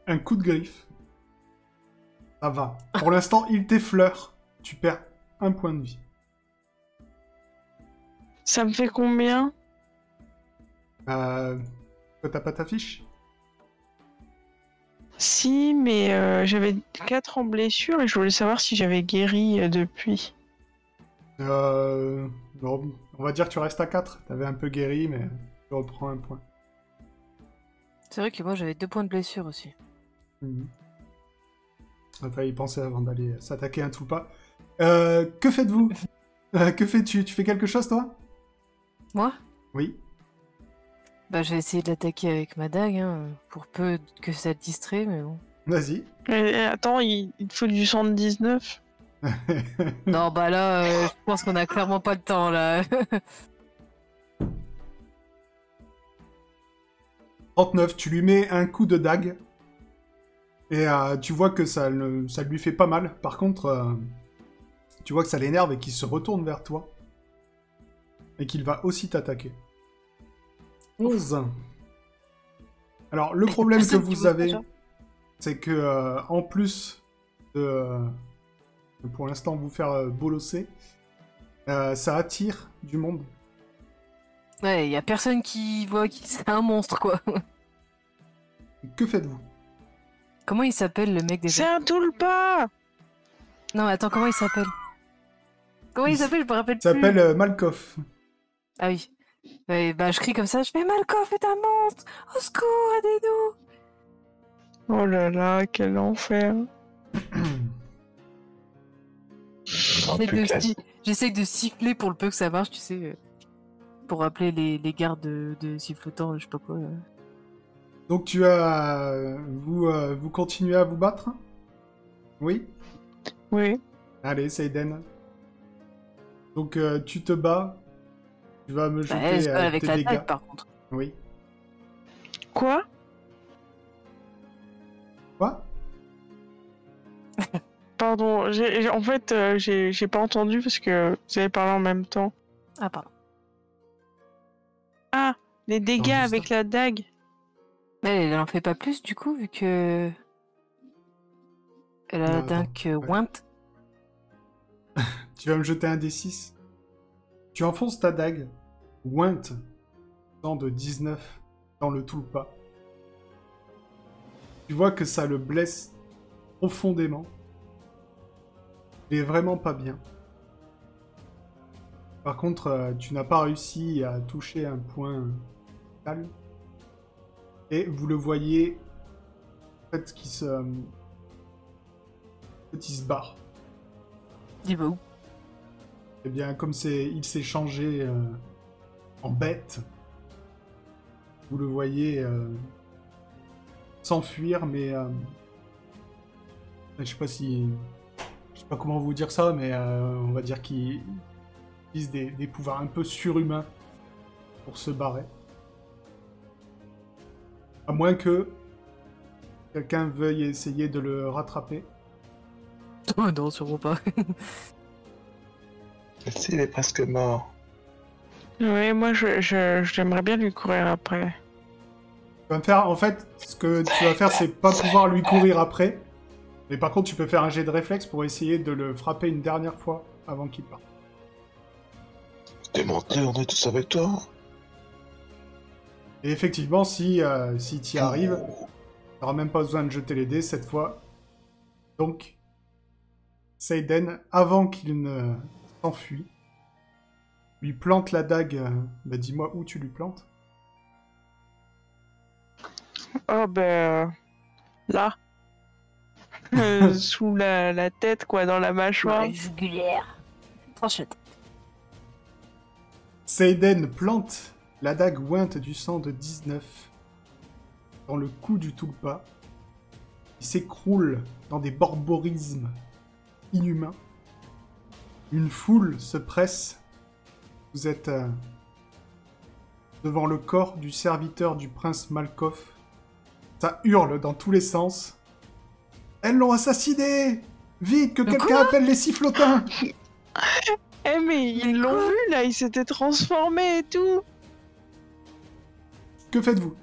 S1: un coup de griffe. Ça va. Pour l'instant, il t'effleure. Tu perds un point de vie.
S5: Ça me fait combien
S1: Euh... Pourquoi t'as pas ta fiche
S5: Si, mais euh, j'avais 4 en blessure et je voulais savoir si j'avais guéri euh, depuis.
S1: Euh... bon, on va dire que tu restes à 4. T'avais un peu guéri, mais tu reprends un point.
S3: C'est vrai que moi j'avais deux points de blessure aussi.
S1: Mhm. On va y penser avant d'aller s'attaquer à un tout pas. Euh, que faites-vous Euh, Que fais-tu Tu fais quelque chose, toi
S3: Moi
S1: Oui.
S3: Bah j'ai essayé de l'attaquer avec ma dague, hein, pour peu que ça le distrait, mais bon.
S1: Vas-y.
S5: Mais, euh, attends, il, il te faut du 119
S3: Non, bah là, euh, je pense qu'on a clairement pas le temps là.
S1: 39, tu lui mets un coup de dague. Et euh, tu vois que ça, le- ça lui fait pas mal. Par contre, euh, tu vois que ça l'énerve et qu'il se retourne vers toi. Et qu'il va aussi t'attaquer. 11. Alors, le problème que
S3: Personne qui
S1: vous
S3: vous
S1: avez,
S3: déjà.
S1: c'est que, euh, en plus de, euh, de pour l'instant, vous faire euh, bolosser, euh, ça attire du monde.
S3: ouais, y a personne qui voit qui c'est un monstre quoi.
S1: Que faites-vous
S3: Comment il s'appelle le mec
S5: C'est
S3: déjà
S5: un tout le pas
S3: Non, mais attends, comment il s'appelle Comment il
S1: Il s-
S3: s'appelle Je me rappelle
S1: Il s'appelle
S3: plus.
S1: euh, Malkoff.
S3: Ah oui. Ouais, bah je crie comme ça, je fais Malkoff est un monstre Au secours, aidez-nous
S5: Oh là là, quel enfer
S2: En
S3: J'essaie
S2: plus,
S3: de
S2: la-
S3: si- J'essaie de siffler pour le peu que ça marche, tu sais. euh, Pour appeler les, les gardes de, de sifflotants, je sais pas quoi. euh.
S1: Donc tu as, vous, euh, vous continuez à vous battre Oui.
S5: Oui.
S1: Allez, Seiden. Donc euh, tu te bats. Tu vas me jeter
S3: Bah, elle, c'est
S1: euh,
S3: pas avec
S1: tes
S3: la
S1: dégâts.
S3: dague par contre.
S1: Oui.
S5: Quoi
S1: Quoi
S5: Pardon, j'ai- j'ai- en fait, euh, j'ai j'ai pas entendu parce que vous avez parlé en même temps.
S3: Ah, pardon.
S5: Les dégâts
S1: juste
S5: avec la dague
S3: Mais elle, elle en fait pas plus du coup, vu que. Elle a la
S1: Non, attends,
S3: dague euh,
S1: ouais.
S3: Wint.
S1: Tu vas me jeter un D6. Tu enfonces ta dague. Wint. Temps de 19. Dans le tout le pas. Tu vois que ça le blesse profondément. Il est vraiment pas bien. Par contre, euh, tu n'as pas réussi à toucher un point vital. Et vous le voyez. En fait, qui se. Petit se barre.
S3: Il va bah où
S1: Eh bien, comme c'est, il s'est changé euh, en bête, vous le voyez euh, s'enfuir, mais euh, je sais pas si, je sais pas comment vous dire ça, mais euh, on va dire qu'il utilise des, des pouvoirs un peu surhumains pour se barrer. À moins que quelqu'un veuille essayer de le rattraper.
S3: Oh non, sûrement pas.
S2: S'il est presque mort.
S5: Oui, moi, je, je, j'aimerais bien lui courir après.
S1: Tu vas me faire, en fait, ce que tu vas faire, c'est pas pouvoir lui courir après. Mais par contre, tu peux faire un jet de réflexe pour essayer de le frapper une dernière fois avant qu'il parte.
S2: T'es menté, on est tous avec toi.
S1: Et effectivement, si, euh, si tu y arrives, t'auras même pas besoin de jeter les dés cette fois. Donc, Seiden, avant qu'il ne s'enfuit, lui plante la dague. euh, Bah, dis-moi où tu lui plantes.
S5: Oh, ben. euh, Là. Euh, sous la, la tête, quoi, dans la mâchoire.
S3: Jugulaire. Tranchette.
S1: Seiden plante la dague ointe du sang de 19 dans le cou du Tulpa. Il s'écroule dans des borborismes inhumains. Une foule se presse. Vous êtes euh, devant le corps du serviteur du prince Malkoff. Ça hurle dans tous les sens. Elles l'ont assassiné Vite, que
S3: Le
S1: quelqu'un appelle les sifflotins
S5: Eh, mais ils l'ont vu, là, il s'était transformé et tout.
S1: Que faites-vous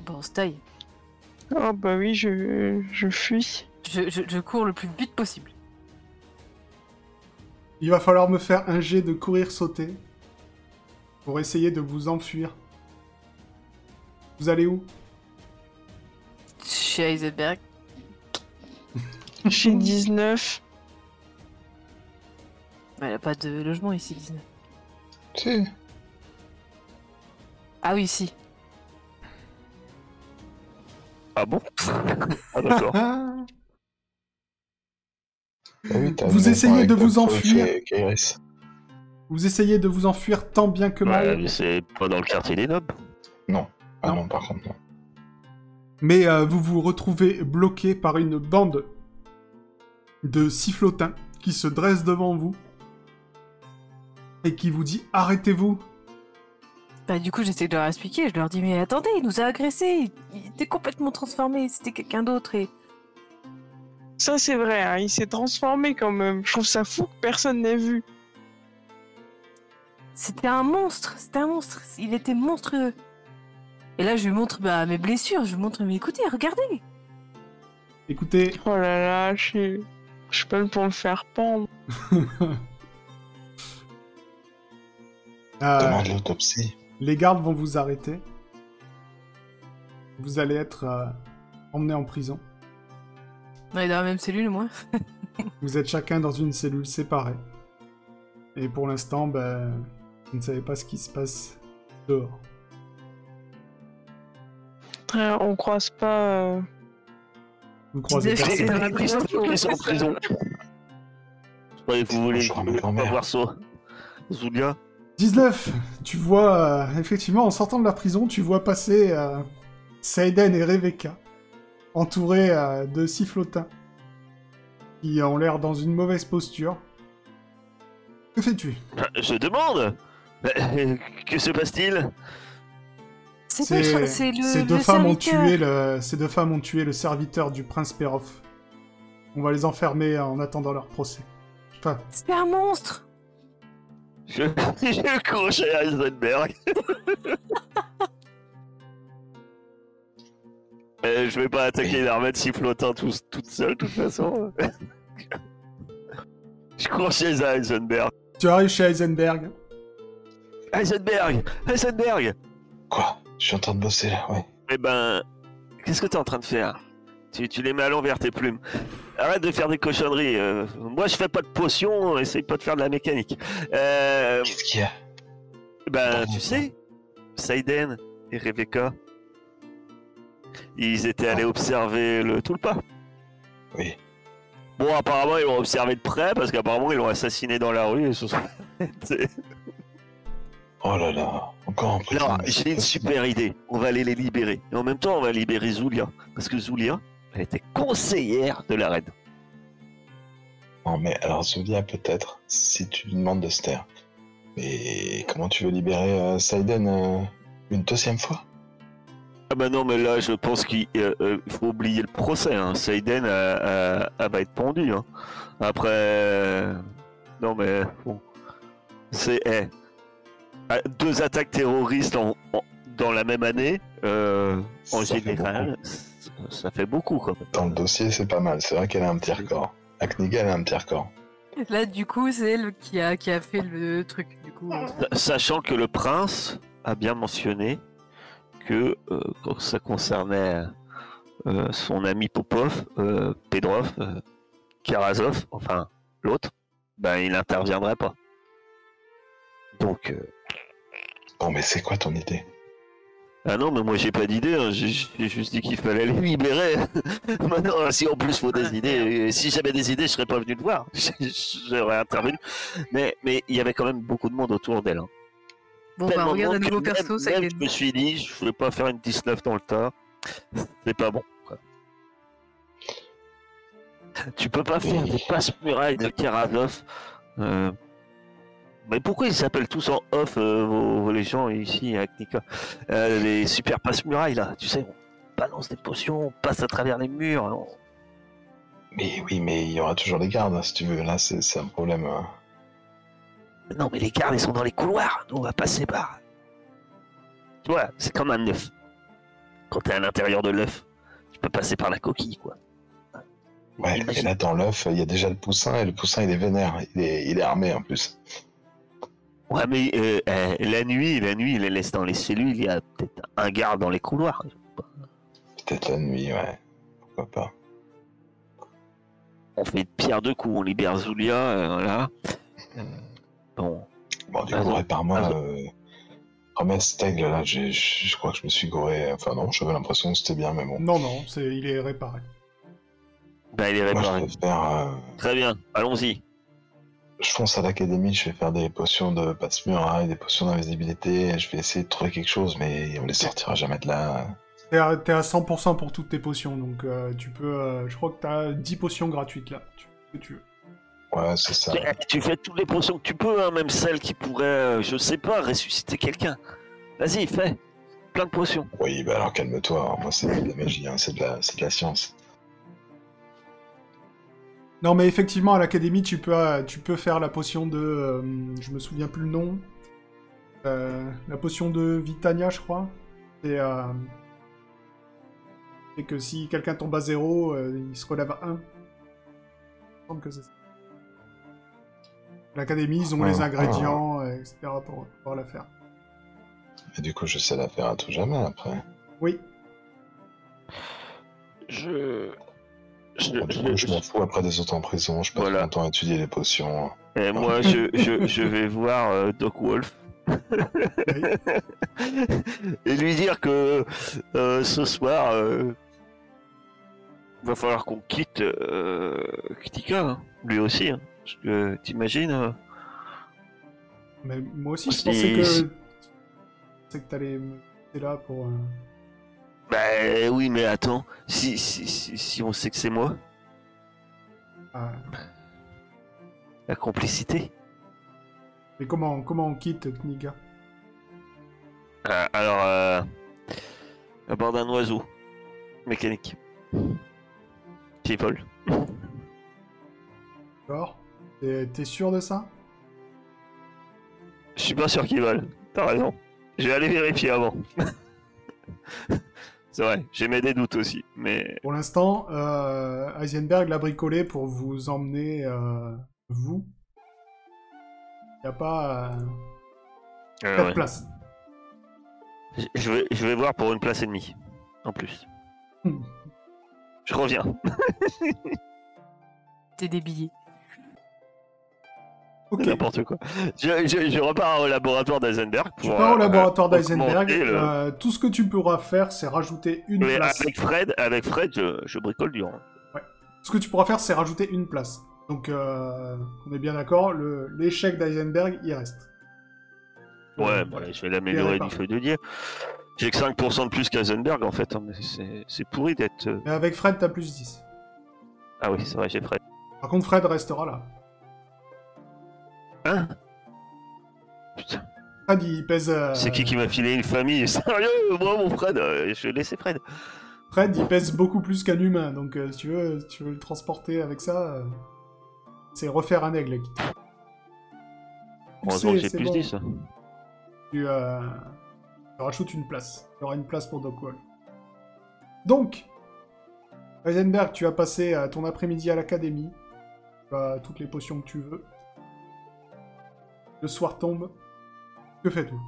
S3: Bon, on se taille.
S5: Oh, bah oui, je, je fuis.
S3: Je, je- je cours le plus vite possible.
S1: Il va falloir me faire un jet de courir sauter pour essayer de vous enfuir. Vous allez où
S3: Chez Heisenberg.
S5: J'ai 19.
S3: Mais bah, elle a pas de logement ici, 19.
S2: Si.
S3: Ah oui, si.
S4: Ah bon Ah d'accord.
S1: Ah
S2: Ah oui, t'as
S1: Vous
S2: le
S1: essayez
S2: moment avec
S1: de vous
S2: Doctor
S1: enfuir.
S2: et Kairis.
S1: Vous essayez de vous enfuir tant bien que mal,
S4: Ouais, mais c'est pas dans le quartier des nobles.
S2: Ah
S1: Non.
S2: non, par contre, non.
S1: mais euh, vous vous retrouvez bloqué par une bande de sifflotins qui se dresse devant vous et qui vous dit arrêtez-vous.
S3: Bah, du coup, j'essaie de leur expliquer. Je leur dis, mais attendez, il nous a agressés. Il était complètement transformé. C'était quelqu'un d'autre. Et...
S5: Ça, c'est vrai, hein, il s'est transformé quand même. Je trouve ça fou que personne n'ait vu.
S3: C'était un monstre, c'était un monstre, il était monstrueux. Et là, je lui montre bah, mes blessures, je lui montre, mais écoutez, regardez.
S1: Écoutez,
S5: Oh là là, je suis. Je suis pas pour le faire pendre.
S1: euh,
S2: Demande l'autopsie.
S1: Les gardes vont vous arrêter. Vous allez être euh, emmené en prison.
S3: On est dans la même cellule, moi.
S1: Vous êtes chacun dans une cellule séparée. Et pour l'instant, ben, vous ne savez pas ce qui se passe dehors.
S5: Très- On croise pas. euh,
S1: Vous croisez
S3: Des-
S1: personne.
S3: C'est dans la prison.
S4: Ils sont en prison. Ouais, vous voulez
S2: Bonjour à ma grand-mère.
S4: voir ça Zulia
S1: 19 Tu vois, euh, effectivement, en sortant de la prison, tu vois passer euh, Seiden et Rebecca, entourés euh, de sifflotins, qui ont l'air dans une mauvaise posture. Que fais-tu
S4: Bah, Je demande Euh, Que se passe-t-il
S3: C'est
S1: C'est-
S3: pas le char- c'est le.
S1: Ces
S3: le
S1: deux femmes ont
S3: serviteur.
S1: tué le, ces deux femmes ont tué le serviteur du prince Perov. On va les enfermer en attendant leur procès. Enfin,
S3: C'était un monstre.
S4: je... je cours chez Heisenberg. Euh, je vais pas attaquer une armée de sifflotins tous- toute seule, de toute façon. je cours chez Heisenberg.
S1: tu arrives chez Heisenberg.
S4: Heisenberg Heisenberg
S2: Quoi Je suis en train de bosser là, ouais.
S4: Eh ben, qu'est-ce que t'es en train de faire tu, tu les mets à l'envers tes plumes. Arrête de faire des cochonneries. euh, moi, je fais pas de potions, essaye pas de faire de la mécanique. Euh,
S2: Qu'est-ce qu'il y a
S4: ben, tu sais, Saiden et Rebecca, ils étaient allés observer le Tulpa.
S2: Oui.
S4: Bon, apparemment, ils l'ont observé de près parce qu'apparemment, ils l'ont assassiné dans la rue et ils se sont.
S2: Oh là là, encore en prison.
S4: Alors,
S2: mais c'est
S4: j'ai une
S2: possible.
S4: super idée. On va aller les libérer. Et en même temps, on va libérer Zulia. Parce que Zulia, elle était conseillère de la reine.
S2: Non mais alors Zulia peut-être, si tu lui demandes de se taire. Mais comment tu veux libérer euh, Saiden euh, une deuxième fois
S4: Ah bah non, mais là, je pense qu'il euh, euh, faut oublier le procès. Hein. Seiden euh, euh, elle va être pendu. hein. Après, euh, non mais bon, c'est eh, ah, deux attaques terroristes en- en- dans la même année. euh, en
S2: Ça fait
S4: général,
S2: beaucoup.
S4: ça, ça fait beaucoup quand même.
S2: Dans le dossier, c'est pas mal. C'est vrai qu'elle a un petit record. Akniga, elle a un petit record.
S3: Là, du coup, c'est elle qui a, qui a fait le truc. Du coup, euh,
S4: Sa- Sachant que le prince a bien mentionné que euh, quand ça concernait euh, son ami Popov, euh, Pedrov, euh, Karazov, enfin l'autre, ben il n'interviendrait pas. Donc, euh,
S2: Bon, mais c'est quoi ton idée
S4: ah non, mais moi j'ai pas d'idée, hein, j'ai j'ai juste dit qu'il fallait les libérer. Maintenant, si en plus faut des idées, euh, si j'avais des idées, je serais pas venu te voir, j'aurais intervenu. Mais mais il y avait quand même beaucoup de monde autour d'elle. hein.
S3: bon, bah,
S4: tellement
S3: regarde un
S4: grand que
S3: nouveau
S4: même-
S3: perso, ça
S4: même
S3: gagne.
S4: Je me suis dit, je voulais pas faire une 19 dans le tas. C'est pas bon. quoi. Tu peux pas faire des passes murailles de Karazov. euh, Mais pourquoi ils s'appellent tous en off euh, vos, vos- les gens ici avec Nika Euh, Les super passes murailles là, tu sais, on balance des potions, on passe à travers les murs. on-
S2: Mais oui, mais il y aura toujours les gardes, hein, si tu veux. Là, c'est c'est un problème. hein.
S4: Non, mais les gardes, ils sont dans les couloirs. Nous, on va passer par. Tu vois, c'est comme un œuf. Quand t'es à l'intérieur de l'œuf, tu peux passer par la coquille, quoi.
S2: Ouais, et
S4: Imagine.
S2: là, dans l'œuf, il y a déjà le poussin, et le poussin, il est vénère. Il est, il est armé, en plus.
S4: Ouais, mais euh, euh, la nuit, la nuit, il les laisse dans les cellules. Il y a peut-être un garde dans les couloirs.
S2: Peut-être la nuit, ouais. Pourquoi pas.
S4: On fait de pierre deux coups. On libère Zulia, euh, voilà. Euh, bon.
S2: Bon, du
S4: Ah
S2: coup,
S4: non.
S2: répare-moi.
S4: Ah
S2: Euh... Remets ce tag, là, j'ai- je je crois que je me suis gouré. Enfin, non, j'avais l'impression que c'était bien, mais bon.
S1: Non, non, c'est- il est réparé.
S4: Ben, il est
S2: Moi,
S4: réparé.
S2: je vais faire. euh,
S4: Très bien, allons-y.
S2: Je fonce à l'académie, je vais faire des potions de passe-muraille, des potions d'invisibilité. Je vais essayer de trouver quelque chose, mais on les sortira jamais de là.
S1: T'es à, t'es à 100% pour toutes tes potions, donc euh, tu peux. euh, je crois que t'as 10 potions gratuites là. Tu, que tu veux.
S2: Ouais, c'est ça.
S4: Tu- Eh, Tu fais toutes les potions que tu peux, hein, même celles qui pourraient, euh, je sais pas, ressusciter quelqu'un. Vas-y, fais. Plein de potions.
S2: Oui, bah alors calme-toi. hein. Moi, c'est de la magie, hein, c'est de, la- c'est de la science.
S1: Non, mais effectivement, à l'académie, tu peux, euh, tu peux faire la potion de. euh, je me souviens plus le nom. Euh, la potion de Vitania, je crois. C'est. euh, c'est que si quelqu'un tombe à 0, il se relève à 1. Je pense que c'est ça. À L'académie, ils ont les
S2: Ouais.
S1: ingrédients, euh, etc. pour pouvoir la faire.
S2: Et du coup, je sais la faire à tout jamais après.
S1: Oui.
S4: Je. je-
S2: Bon, du
S4: je-
S2: coup, je
S4: je-
S2: m'en fous après des autres en prison. Je passe
S4: Voilà.
S2: mon temps à étudier les potions.
S4: Et Eh, moi, je, je- je vais voir euh, Doc Wolf
S1: Oui.
S4: et lui dire que euh, ce soir, euh, va falloir qu'on quitte euh, Kitika, hein. lui aussi. hein. Parce que, T'imagines euh,
S1: Mais moi aussi, je
S4: Si-
S1: pensais que.
S4: si-
S1: C'est que t'allais me t'es là pour. euh,
S4: Ben oui, mais attends, si, si, si, si on sait que c'est moi,
S1: ah.
S4: la complicité.
S1: Mais comment, comment on quitte Kniga
S4: Euh, alors, euh, à bord d'un oiseau mécanique qui vole.
S1: D'accord T'es t'es sûr de ça
S4: Je suis pas sûr qu'ils veulent. T'as raison. Je vais aller vérifier avant. C'est vrai, j'ai mes des doutes aussi, mais
S1: Pour l'instant, euh, Heisenberg l'a bricolé pour vous emmener, euh, vous. Il a pas euh,
S4: euh,
S1: pas de
S4: ouais.
S1: place.
S4: Je- je, vais, je vais voir pour une place et demie, en plus.
S1: Hmm.
S4: Je reviens.
S3: T'es débillé.
S1: Ok.
S4: N'importe quoi. Je, je- je repars au laboratoire d'Eisenberg.
S1: Tu
S4: pour,
S1: pars au
S4: euh,
S1: laboratoire
S4: euh,
S1: d'Eisenberg.
S4: augmenter le-
S1: euh, tout ce que tu pourras faire, c'est rajouter une
S4: euh, Mais
S1: place.
S4: avec Fred, avec Fred, je, je bricole du rang.
S1: Ce que tu pourras faire, c'est rajouter une place. Donc, euh, on est bien d'accord, le- l'échec d'Eisenberg, il reste.
S4: Ouais, bon, allez, je vais l'améliorer
S1: Libérez Euh, pas.
S4: du feu de Dieu. J'ai que 5% de plus qu'Eisenberg, en fait. hein, mais c'est- C'est pourri d'être... euh,
S1: Mais avec Fred, t'as plus 10.
S4: Ah oui, c'est vrai, j'ai Fred.
S1: Par contre, Fred restera là.
S4: Hein
S1: Fred, il pèse. euh,
S4: C'est qui qui m'a filé une famille Sérieux Moi, mon Fred, euh, je vais laisser Fred.
S1: Fred, il pèse beaucoup plus qu'un humain, donc euh, si tu veux, si tu veux le transporter avec ça, euh, c'est refaire un aigle. quitte.
S4: Heureusement
S1: C'est-
S4: que j'ai
S1: c'est
S4: plus hein.
S1: bon.
S4: 10.
S1: Tu, euh, tu rajoutes une place. Il y aura une place pour Doc Wall. Donc, Heisenberg, tu as passé euh, ton après-midi à l'académie. Tu as toutes les potions que tu veux. Le soir tombe. Que faites-vous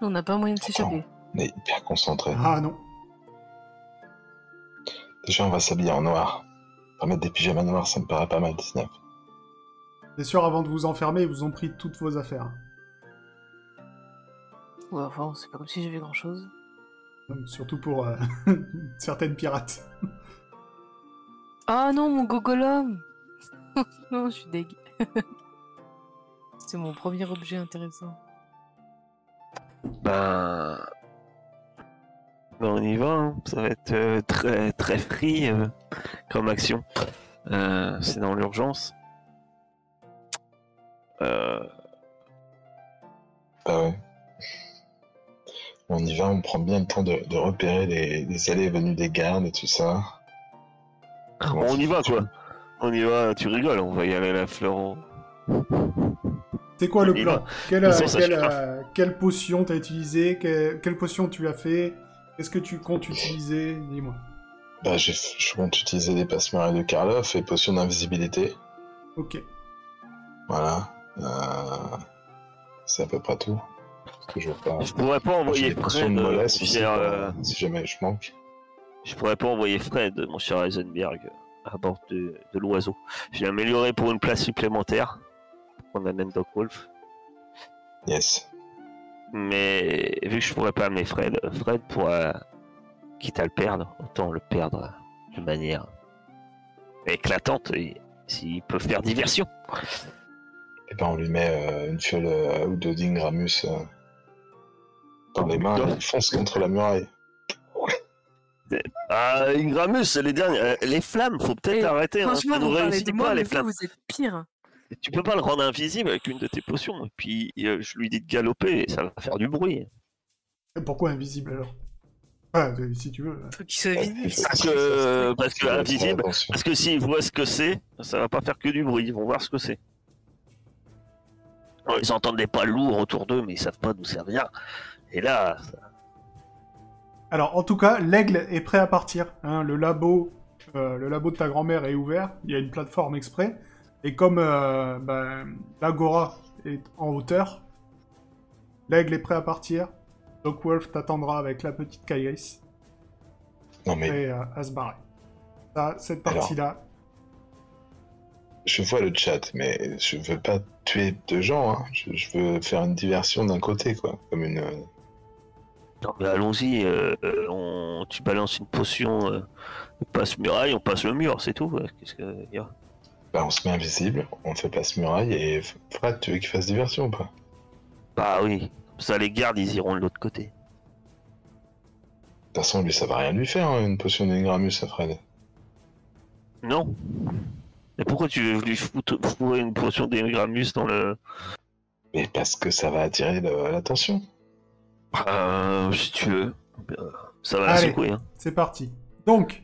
S3: On n'a pas moyen de s'échapper.
S2: On est hyper concentré.
S1: Ah non.
S2: Déjà, on va s'habiller en noir. On va mettre des pyjamas noirs, ça me paraît pas mal, 19.
S1: C'est sûr, avant de vous enfermer, ils vous ont pris toutes vos affaires.
S3: Ouais, enfin, c'est pas comme si j'avais grand chose.
S1: Donc, surtout pour euh, certaines pirates.
S3: Ah non, mon gogolum Non, je suis deg. c'est mon premier objet intéressant.
S4: Ben... ben, on y va. hein. Ça va être euh, très très free euh, comme action. Euh, c'est dans l'urgence. Euh,
S2: Bah ouais. On y va, on prend bien le temps de, de repérer les, les allées et venues des gardes et tout ça. Comment
S4: Ah, on y va
S2: tu-
S4: quoi. On y va. Tu rigoles. On va y aller à la fleur. au-
S1: C'est quoi le
S4: Il
S1: plan
S4: va.
S1: quelle,
S4: De toute
S1: euh,
S4: façon, ça
S1: quelle,
S4: change
S1: euh, quelle potion t'as utilisé quelle, quelle potion tu as fait Qu'est-ce que tu comptes utiliser Dis-moi.
S2: Bah, j'ai- je compte utiliser les passe-murailles de Karloff et potion d'invisibilité.
S1: Ok.
S2: Voilà. Euh, C'est à peu près tout. Parce que je veux pas.
S4: Je pourrais pas
S2: J'ai
S4: envoyer
S2: des potions
S4: Fred.
S2: de
S4: euh, mon
S2: mollesse aussi,
S4: cher,
S2: pour,
S4: euh,
S2: euh, si jamais je manque.
S4: Je pourrais pas envoyer Fred, mon cher Heisenberg, à bord de, de l'oiseau. J'ai amélioré pour une place supplémentaire. On amène Doc Wolf.
S2: Yes.
S4: Mais vu que je pourrais pas amener Fred, euh, Fred pourra, quitte à le perdre, autant le perdre euh, de manière éclatante et s'il peut faire diversion.
S2: Et ben on lui met euh, une fiole euh, ou deux d'Ingramus euh, dans les mains et il fonce contre la muraille.
S4: Ah, Ingramus, les dernières, euh, les flammes, faut peut-être
S3: Eh,
S4: arrêter. hein.
S3: Franchement,
S4: Ça nous
S3: vous parlez
S4: réussit
S3: de
S4: pas,
S3: moi, mais
S4: les
S3: vous,
S4: flammes.
S3: vous êtes pire. hein.
S4: Tu peux pas le rendre invisible avec une de tes potions. Et puis euh, je lui dis de galoper, et ça va faire du bruit.
S1: Et Pourquoi invisible alors Ah, euh, si tu veux.
S3: Faut qu'il soit
S2: Il
S3: visible.
S2: fait-
S4: Parce
S2: il fait ça,
S4: que, euh, parce
S2: il
S4: que
S2: fait ça,
S4: invisible,
S2: attention.
S4: Parce que s'ils voient ce que c'est, ça va pas faire que du bruit, ils vont voir ce que c'est. Oh, Ils entendent des pas lourds autour d'eux, mais ils savent pas d'où ça vient. Et là,
S1: Alors, en tout cas, l'aigle est prêt à partir. hein. Le labo, euh, le labo de ta grand-mère est ouvert. Il y a une plateforme exprès. Et comme euh, ben, l'agora est en hauteur, l'aigle est prêt à partir. Doc Wolf t'attendra avec la petite Kairis.
S2: Non mais
S1: prêt euh, à, à se barrer. Ça, cette partie-là,
S2: je vois le chat, mais je veux pas tuer de gens. hein. Je, je veux faire une diversion d'un côté, quoi. Comme une. euh,
S4: non, mais allons-y, euh, euh, on... tu balances une potion, euh, on passe muraille, on passe le mur, c'est tout. ouais. Qu'est-ce que... y a
S2: Bah, on se met invisible, on fait passe muraille et F- Fred, tu veux qu'il fasse diversion ou pas
S4: Bah oui, Comme ça les gardes, ils iront de l'autre côté.
S2: De toute façon, lui, ça va rien lui faire, hein, une potion d'Ingramus à Fred.
S4: Non. Mais pourquoi tu veux lui foutre, fourrer une potion d'Ingramus dans le...
S2: Mais parce que ça va attirer le- l'attention.
S4: Euh, si tu veux, Euh, ça va la
S1: Allez.
S4: secouer. hein.
S1: c'est parti. Donc,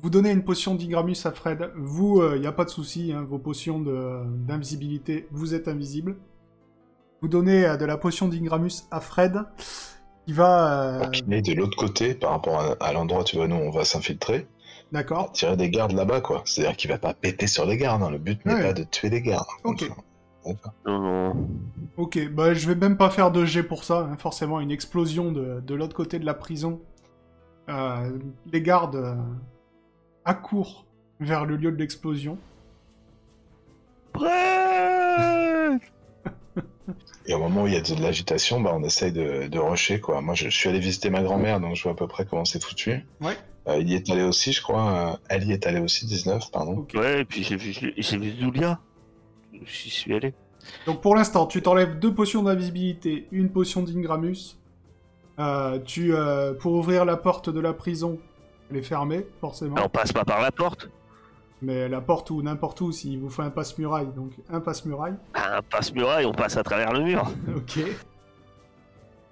S1: vous donnez une potion d'Ingramus à Fred. Vous, il n'y a pas de souci, hein, vos potions de- d'invisibilité, vous êtes invisible. Vous donnez euh, de la potion d'Ingramus à Fred, qui va... euh,
S2: Donc, il est de l'autre côté, par rapport à, à l'endroit, tu vois, nous, on va s'infiltrer,
S1: D'accord
S2: tirer des gardes là-bas, quoi. C'est-à-dire qu'il va pas péter sur les gardes, hein. le but n'est
S1: Ouais.
S2: pas de tuer les gardes.
S1: Ok.
S2: Enfin, d'accord.
S4: Non, non.
S1: Ok, bah je vais même pas faire de jet pour ça, hein, forcément une explosion de, de l'autre côté de la prison. Euh, les gardes euh, accourent vers le lieu de l'explosion.
S4: Prêt
S2: Et au moment où il y a de, de l'agitation, bah, on essaye de, de rusher, quoi. Moi, je, je suis allé visiter ma grand-mère, donc je vois à peu près comment c'est foutu.
S1: Ouais.
S2: Euh, il y est allé aussi, je crois. euh, elle y est allée aussi, 19, pardon.
S1: Ok.
S4: Ouais, et puis j'ai vu, j'ai vu Zulia. J'y suis allé.
S1: Donc pour l'instant, tu t'enlèves deux potions d'invisibilité, une potion d'Ingramus. Euh, tu,
S4: Ah,
S1: euh, pour ouvrir la porte de la prison, elle est fermée, forcément.
S4: on passe pas par la porte.
S1: Mais la porte ou n'importe où, s'il vous faut un passe-muraille, donc un passe-muraille.
S4: Ah, un passe-muraille, on passe à travers le mur.
S1: Ok.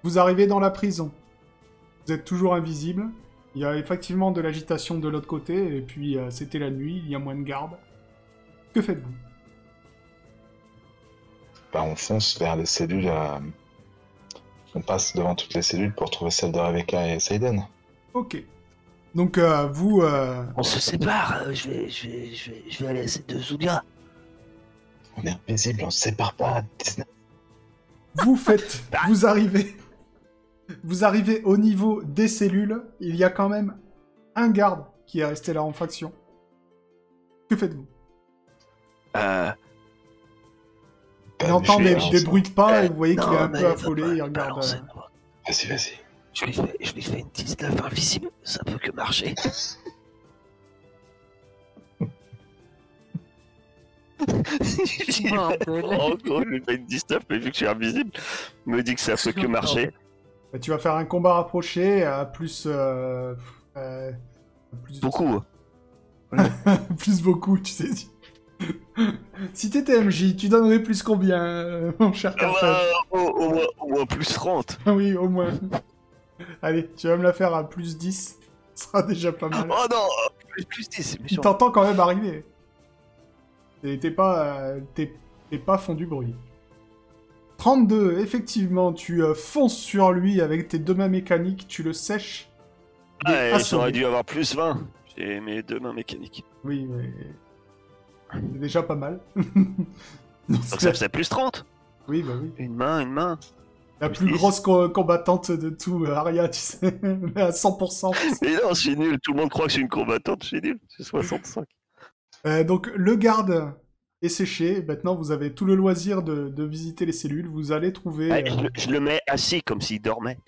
S1: Vous arrivez dans la prison. Vous êtes toujours invisible. Il y a effectivement de l'agitation de l'autre côté, et puis euh, c'était la nuit, il y a moins de gardes. Que faites-vous
S2: Bah, on fonce vers les cellules. euh, On passe devant toutes les cellules pour trouver celle de Rebecca et Seiden.
S1: Ok. Donc euh, vous, euh,
S4: On se sépare, euh, je vais, je vais, je vais, je vais aller à ces deux Zoulias.
S2: On est invisible, on se sépare pas. 19.
S1: vous faites, vous arrivez, vous arrivez au niveau des cellules. Il y a quand même un garde qui est resté là en faction. Que faites-vous
S4: Euh,
S2: Bah,
S1: Il entend
S2: je vais
S1: des,
S4: alors,
S1: des
S2: lancer.
S1: bruits de pas et vous voyez qu'il
S4: Euh, non,
S1: est un
S4: mais
S1: peu
S4: elle va pas
S1: affolé. Il
S4: le
S1: regarde.
S4: balancer,
S1: euh,
S4: moi.
S2: Vas-y, vas-y.
S4: Je lui fais, je lui fais une 19 invisible, ça peut que marcher.
S3: Oh, Bordel.
S4: en gros, je lui fais une 19, mais vu que je suis invisible, il me dit que ça peut que
S3: Bordel.
S4: marcher.
S1: bah, tu vas faire un combat rapproché à plus. euh, euh, plus
S4: Beaucoup.
S1: plus beaucoup, tu sais. si t'étais MJ, tu donnerais plus combien, euh, mon cher
S4: Ah
S1: Cartman
S4: ouais, au, au moins- au moins plus 30.
S1: Oui, au moins. Allez, tu vas me la faire à plus 10. Ce sera déjà pas mal.
S4: Oh non, plus, plus 10, c'est
S1: Il
S4: méchant.
S1: t'entend quand même arriver. Et T'es pas, euh, t'es t'es pas fond du bruit. 32, effectivement, tu euh, fonces sur lui avec tes deux mains mécaniques, tu le sèches. Il est
S4: Ah, et
S1: assommé.
S4: J'aurais dû avoir plus 20. J'ai mes deux mains mécaniques.
S1: Oui, mais. C'est déjà pas mal.
S4: Donc ça faisait plus 30.
S1: Oui, bah oui.
S4: Une main, une main.
S1: La
S4: Plus
S1: plus
S4: dix.
S1: grosse co- combattante de tout, euh, Aria, tu sais, mais à 100%.
S4: Mais non, je suis nul. Tout le monde croit que je suis une combattante. Je suis nul. J'ai 65.
S1: Euh, donc le garde est séché, maintenant vous avez tout le loisir de, de visiter les cellules, vous allez trouver...
S4: Ouais,
S1: euh,
S4: je, le- je le mets assis comme s'il dormait.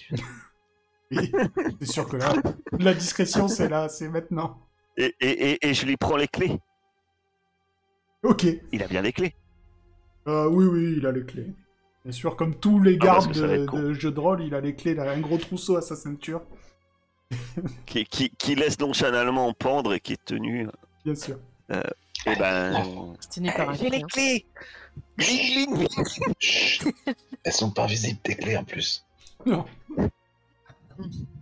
S1: oui, c'est sûr que là, la discrétion c'est là, c'est maintenant.
S4: Et, et, et, et je lui prends les clés.
S1: Ok,
S4: Il a bien les clés.
S1: Euh, oui, oui, il a les clés. Bien sûr, comme tous les
S4: Ah, parce
S1: gardes
S4: que ça va
S1: de,
S4: être con.
S1: de jeux de rôle, il a les clés, il a un gros trousseau à sa ceinture,
S4: Qui, qui, qui laisse nonchalalement pendre et qui est tenu.
S1: bien sûr.
S4: Et ben.
S3: C'était ni par un
S4: J'ai les
S3: client.
S4: clés. Gling, gling.
S2: Chut. Elles sont pas visibles, tes clés en plus.
S1: Non.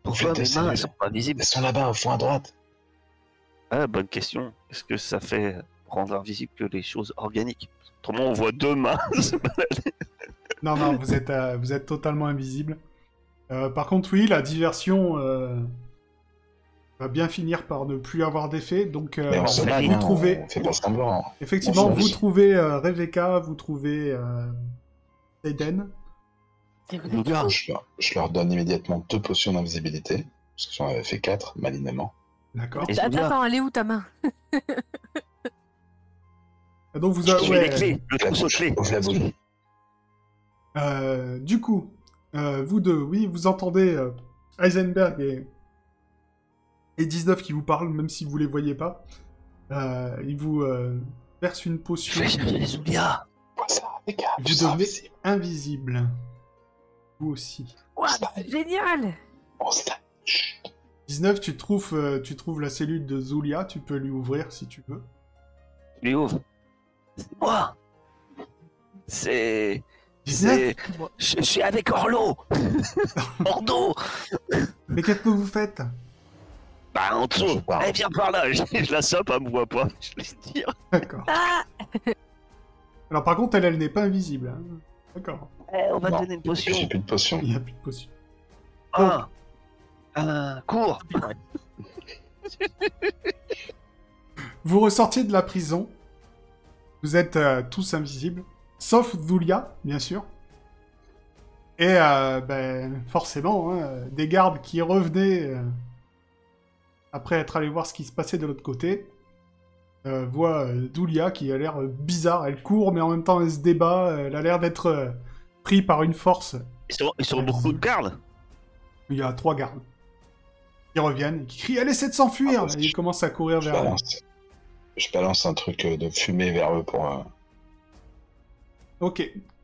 S4: Pourquoi
S2: Faites
S4: mes
S2: des
S4: mains
S2: cellules.
S4: elles sont pas visibles
S2: Elles sont là-bas, au fond à droite.
S4: Bah, Ah, bonne question. Est-ce que ça fait rendre invisible que les choses organiques Autrement, on voit deux mains.
S1: Non, non, vous êtes, euh, vous êtes totalement invisible. Euh, par contre, oui, la diversion euh, va bien finir par ne plus avoir d'effet. Donc, euh,
S2: Mais on se
S1: vous
S2: bat,
S4: allez
S2: hein,
S1: trouvez,
S2: on fait pas semblant. hein.
S1: effectivement,
S2: on se
S1: vous
S2: bat.
S1: trouvez euh, Rebecca, vous trouvez euh, Eden.
S3: Dégoûtant.
S1: Ah.
S2: Je leur, je leur donne immédiatement deux potions d'invisibilité, parce que j'en avais fait quatre, malinement.
S1: D'accord.
S4: Et-
S3: Attends, attends, elle est où ta main
S1: Donc, vous
S2: Je
S1: a-
S4: Je
S2: suis
S4: mets
S1: Ah ouais,
S4: les clés. Le
S2: La
S4: trousseau
S2: bouche,
S4: clés.
S2: ouvre la bouche.
S1: euh, du coup, euh, vous deux, oui, vous entendez euh, Heisenberg et, et 19 qui vous parlent, même si vous les voyez pas. Euh, ils vous euh, versent une
S4: Je
S1: potion.
S4: vais chercher les Ah, Zoulias.
S2: Bois ça, les gars,
S1: Vous
S2: tu seras
S1: devez-
S2: invisible.
S1: invisible. Vous aussi.
S3: Ouah, Génial
S2: On se tape. Chut.
S1: 19, tu trouves, euh, tu trouves la cellule de Zulia, tu peux lui ouvrir si tu veux.
S4: Je les ouvre. C'est moi. C'est.
S1: 19
S4: c'est- Je, je suis avec Orlo. Ordo.
S1: Mais qu'est-ce que vous faites
S4: Bah, en
S2: Je
S4: dessous.
S2: pars.
S4: Eh, viens par là. Je, je la sope, elle me voit pas. Je lui dis.
S1: D'accord.
S3: Ah
S1: Alors par contre, elle, elle n'est pas invisible. hein. D'accord.
S4: Eh, on va
S2: Non.
S4: te donner une
S2: J'ai
S4: potion.
S2: plus de potions.
S1: Il n'y a plus de potion.
S4: Ah. Ah, cours.
S1: Vous ressortiez de la prison. Vous êtes euh, tous invisibles. Sauf Zulia, bien sûr. Et euh, ben, forcément, hein, des gardes qui revenaient euh, après être allés voir ce qui se passait de l'autre côté euh, voient euh, Zulia qui a l'air euh, bizarre. Elle court, mais en même temps, elle se débat. Elle a l'air d'être euh, prise par une force.
S4: Ils sont, ils sont beaucoup de gardes.
S1: Il y a trois gardes qui reviennent et qui crient Allez, essaie de s'enfuir
S2: Ah, bah,
S1: Et ils commencent à courir
S2: Je
S1: vers elle.
S2: balance. Je balance un truc euh, de fumée vers eux pour. euh,
S1: Ok.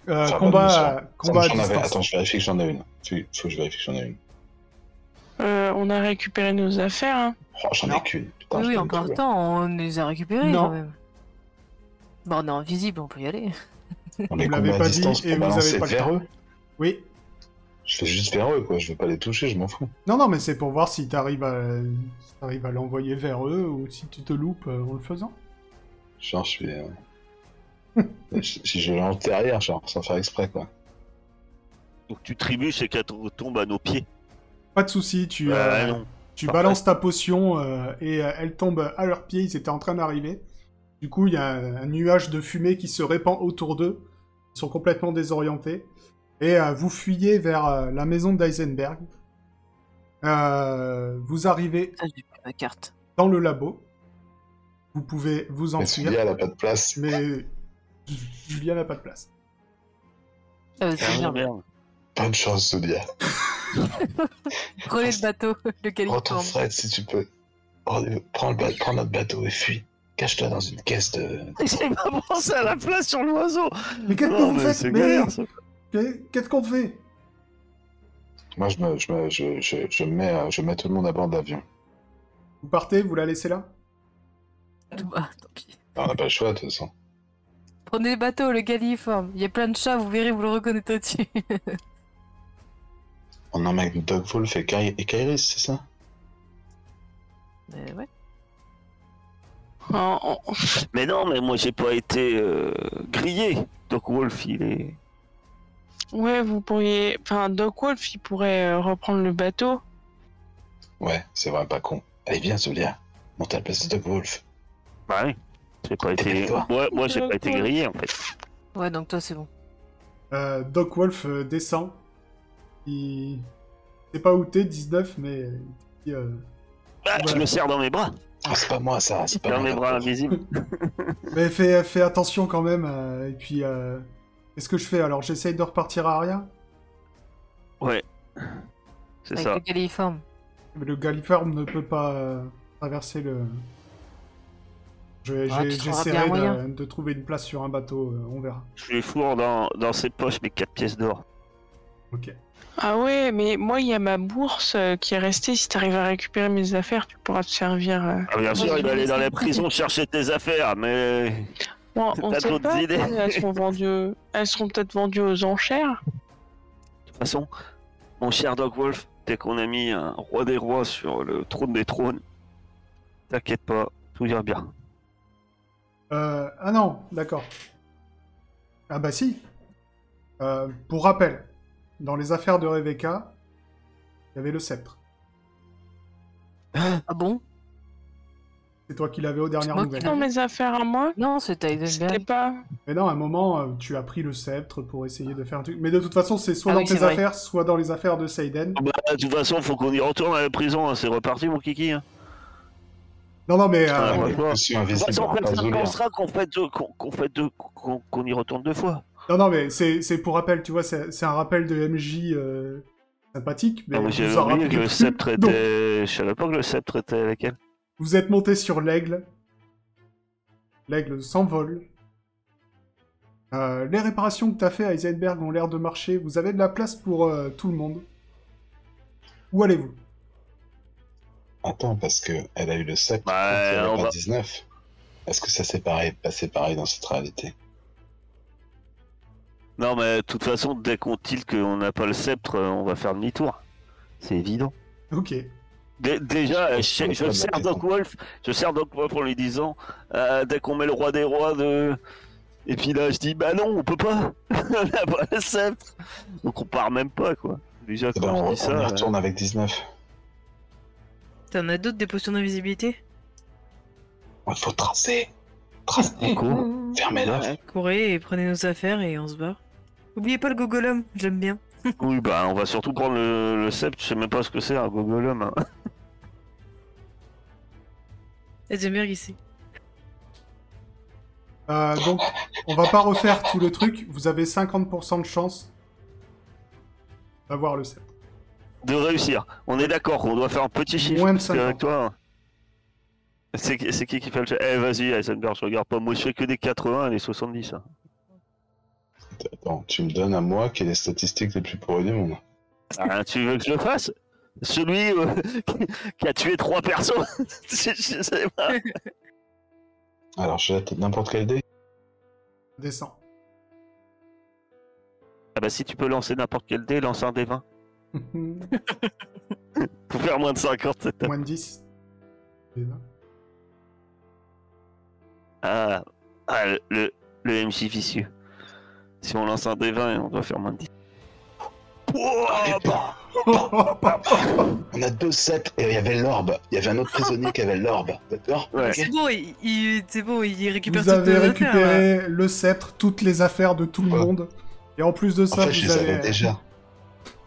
S1: Euh,
S2: Ça va,
S1: combat,
S2: monsieur.
S1: combat à
S2: j'en avais-
S1: distance.
S2: Attends, je vérifie que j'en ai une. Faut, faut que je vérifie que j'en ai une.
S5: Euh, on a récupéré nos affaires. hein.
S2: Oh, j'en
S1: Non.
S2: ai qu'une. Putain,
S3: oui,
S2: je
S3: oui,
S2: l'ai
S3: en
S2: trouvé.
S3: partant, on les a récupérés
S1: Non.
S3: quand même. Bon, on est invisible, on peut y aller.
S2: On les
S1: Vous
S2: combat
S1: l'avez
S2: à
S1: pas dit
S2: distance
S1: et
S2: pour
S1: vous avez
S2: balancer
S1: pas le
S2: vers
S1: temps.
S2: eux.
S1: Oui.
S2: Je fais juste vers eux, quoi. Je vais pas les toucher, je m'en fous.
S1: Non, non, mais c'est pour voir si t'arrives à... si t'arrives à l'envoyer vers eux ou si tu te loupes euh, en le faisant.
S2: Genre, je suis. euh, si si je lance derrière, genre, sans faire exprès, quoi.
S4: Donc tu tribuches et qu'elle to- tombe à nos pieds.
S1: Pas de souci, tu,
S4: Ah,
S1: euh,
S4: non.
S1: tu
S4: parfait.
S1: balances ta potion euh, et euh, elle tombe à leurs pieds, ils étaient en train d'arriver. Du coup, il y a un, un nuage de fumée qui se répand autour d'eux. Ils sont complètement désorientés. Et euh, vous fuyez vers euh, la maison d'Eisenberg. Euh, vous arrivez
S3: Ça, j'ai pas ma carte.
S1: dans le labo. Vous pouvez vous
S2: Mais
S1: enfuir,
S2: Sylvia, elle a pas de place.
S1: mais Julien n'a pas de place.
S3: Euh, c'est
S4: Ah,
S3: bien.
S4: merde.
S2: Bonne chance, Sylvia.
S3: Prenez le bateau, le
S2: Retourne
S3: califorme.
S2: Fred si tu peux. Prends, le- prends le ba- prends notre bateau et fuis. Cache-toi dans une caisse de.
S4: J'ai pas pensé à la place sur l'oiseau.
S1: Mais qu'est-ce que
S4: Euh, Non,
S1: vous
S4: mais
S1: faites
S4: c'est
S1: Mais
S4: galère, ça.
S1: qu'est- qu'est-ce qu'on fait
S2: Moi, je, me, je, me- je, je, je mets, euh, je mets tout le monde à bord d'avion.
S1: Vous partez, vous la laissez là
S3: Bah, tant pis.
S2: On n'a pas le choix, de toute façon.
S3: Prenez le bateau, le califorme. Il y a plein de chats, vous verrez, vous le reconnaîtrez dessus.
S2: On emmène Doug Wolf et, Ky- et Kairis, c'est ça
S3: Euh, ouais.
S5: Ah, on-
S4: Mais non, mais moi j'ai pas été euh, grillé. Donc Wolf, il est.
S5: Ouais, vous pourriez. Enfin, Doc Wolf, il pourrait euh, reprendre le bateau.
S2: Ouais, c'est vrai, pas con. Allez, viens, Sylvia. Monte à la place de Doug Wolf.
S4: Bah oui. J'ai pas été.
S2: Dépêche-toi.
S4: Moi, moi j'ai pas été grillé en fait.
S3: Ouais, donc toi, c'est bon.
S1: Euh, Doc Wolf euh, descend. Il... C'est pas où t'es, 19, mais... euh, il dit, euh,
S4: Bah, je
S1: Ouais.
S4: le serre dans mes bras.
S2: Ah, c'est pas moi, ça. C'est pas
S4: Dans
S2: moi,
S4: mes
S2: Doug
S4: bras
S2: Wolf.
S4: invisibles.
S1: Mais fais, fais attention quand même. euh, et puis, euh, qu'est-ce que je fais Alors, j'essaye de repartir à Aria.
S4: C'est
S3: Avec
S4: ça.
S3: le califorme.
S1: Mais le Galliforme ne peut pas euh, traverser le. Je vais-
S3: Ah,
S1: j'ai-
S3: tu trouveras
S1: J'essaierai
S3: bien un
S1: de, de trouver une place sur un bateau. euh, on verra.
S4: Je lui fourre dans, dans ses poches mes 4 pièces d'or.
S1: Ok.
S5: Ah ouais, mais moi, il y a ma bourse euh, qui est restée. Si t'arrives à récupérer mes affaires, tu pourras te servir. euh.
S4: Ah, bien sûr,
S3: Ouais,
S4: il
S3: mais
S4: va aller dans
S3: c'est
S4: la
S3: vrai.
S4: prison chercher tes affaires, mais.
S5: Bon,
S4: T'as
S5: on sait
S4: d'autres
S5: pas.
S4: idées
S5: Elles seront vendues. Elles seront peut-être vendues aux enchères.
S4: De toute façon, mon cher Dog Wolf, dès qu'on a mis un roi des rois sur le trône des trônes, t'inquiète pas, tout ira bien.
S1: Euh, ah non, d'accord. Ah bah si. Euh, pour rappel, dans les affaires de Rebecca, il y avait le sceptre.
S3: Ah bon
S1: C'est toi qui l'avais aux dernières
S3: moi qui
S1: nouvelles.
S5: Non, mes affaires à moi.
S3: Non, c'est
S5: C'était
S3: Heisenberg.
S5: pas.
S1: Mais non, à un moment, euh, tu as pris le sceptre pour essayer de faire un truc. Mais de toute façon, c'est soit
S3: Ah
S1: dans
S3: oui,
S1: tes
S3: c'est vrai.
S1: affaires, soit dans les affaires de Seiden.
S4: Ah bah, de toute façon, faut qu'on y retourne à la prison, hein, c'est reparti mon kiki. hein.
S1: Non, non, mais. euh,
S4: Ah,
S2: Ouais,
S4: ouais.
S2: mais Je suis
S4: De toute
S2: invisible,
S4: façon,
S2: on va pas se
S4: personne
S2: le dire.
S4: pensera qu'on fait deux, qu'on qu'on fait deux, qu'on qu'on y retourne deux fois.
S1: Non, non, mais c'est c'est pour rappel, tu vois, c'est c'est un rappel de MJ euh, sympathique, mais
S4: Ah, mais J'avais
S1: vous en
S4: oublié
S1: rappelez
S4: que le
S1: plus.
S4: sceptre
S1: Donc,
S4: était. Je savais pas que le sceptre était avec elle.
S1: vous êtes monté sur l'aigle. L'aigle s'envole. Euh, les réparations que t'as fait à Heisenberg ont l'air de marcher. Vous avez de la place pour euh, tout le monde. Où allez-vous
S2: Attends, parce que elle a eu le sceptre,
S4: Bah,
S2: donc elle a
S4: on
S2: pas
S4: va-
S2: 19. Est-ce que ça s'est pareil, passé pareil dans cette réalité
S4: Non, mais de toute façon, dès qu'on tilt qu'on n'a pas le sceptre, euh, on va faire demi-tour. C'est évident.
S1: Ok.
S4: Dé- déjà, euh,
S2: Je
S4: je,
S2: pense
S4: je
S2: qu'on est pas
S4: sers
S2: mal
S4: Doc Wolf, je sers Doc Wolf en lui disant, euh, dès qu'on met le roi des rois de... Et puis là, je dis, bah non, on peut pas. on n'a pas le sceptre. Donc on part même pas, quoi. Déjà,
S2: Eh ben,
S4: quand
S2: on,
S4: on
S2: on
S4: dit ça...
S2: y
S4: euh,
S2: retourne avec 19.
S3: T'en as d'autres des potions d'invisibilité
S2: Il faut tracer Tracer
S4: on court.
S2: Fermez-la
S3: Courez et prenez nos affaires et on se barre. Oubliez pas le gogolum, j'aime bien.
S4: Oui, bah on va surtout prendre le, le sceptre, je sais même pas ce que c'est, un gogolum. hein.
S3: Heisenberg ici.
S1: Euh, donc, on va pas refaire tout le truc. Vous avez 50% de chance d'avoir le sceptre.
S4: De réussir. On est d'accord, on doit faire un petit chiffre.
S1: Moins de
S4: parce que
S1: 50.
S4: avec toi... hein. C'est qui, c'est qui qui fait le chiffre Eh vas-y, Heisenberg, je regarde pas. Moi, je fais que des 80 et des 70. hein.
S2: Attends, tu me donnes à moi qui est les statistiques les plus pourries du monde.
S4: Ah, tu veux que je le fasse celui euh, qui- qui a tué trois personnes. je, je sais pas.
S2: Alors, je jette n'importe quel dé.
S1: Descends.
S4: Ah bah si tu peux lancer n'importe quel dé, lance un dé 20.
S1: Moins
S4: Pour faire moins de 50, c'est top.
S1: de 10. Et là.
S4: Ah, ah, le, le MJ vicieux. Si on lance un dé 20, on doit faire moins de 10. Ouah, bah,
S2: On a deux sets et il y avait l'orbe. Il y avait un autre prisonnier qui avait l'orbe. D'accord
S4: ouais.
S6: C'est bon, il, il- c'est bon, il récupère
S1: Vous
S6: toutes
S1: avez
S6: nos affaires, là.
S1: récupéré le sceptre, toutes les affaires de tout le
S2: Ouais.
S1: monde. Et en plus de
S2: En
S1: ça,
S2: fait, je
S1: vous
S2: les avais
S1: avez.
S2: déjà.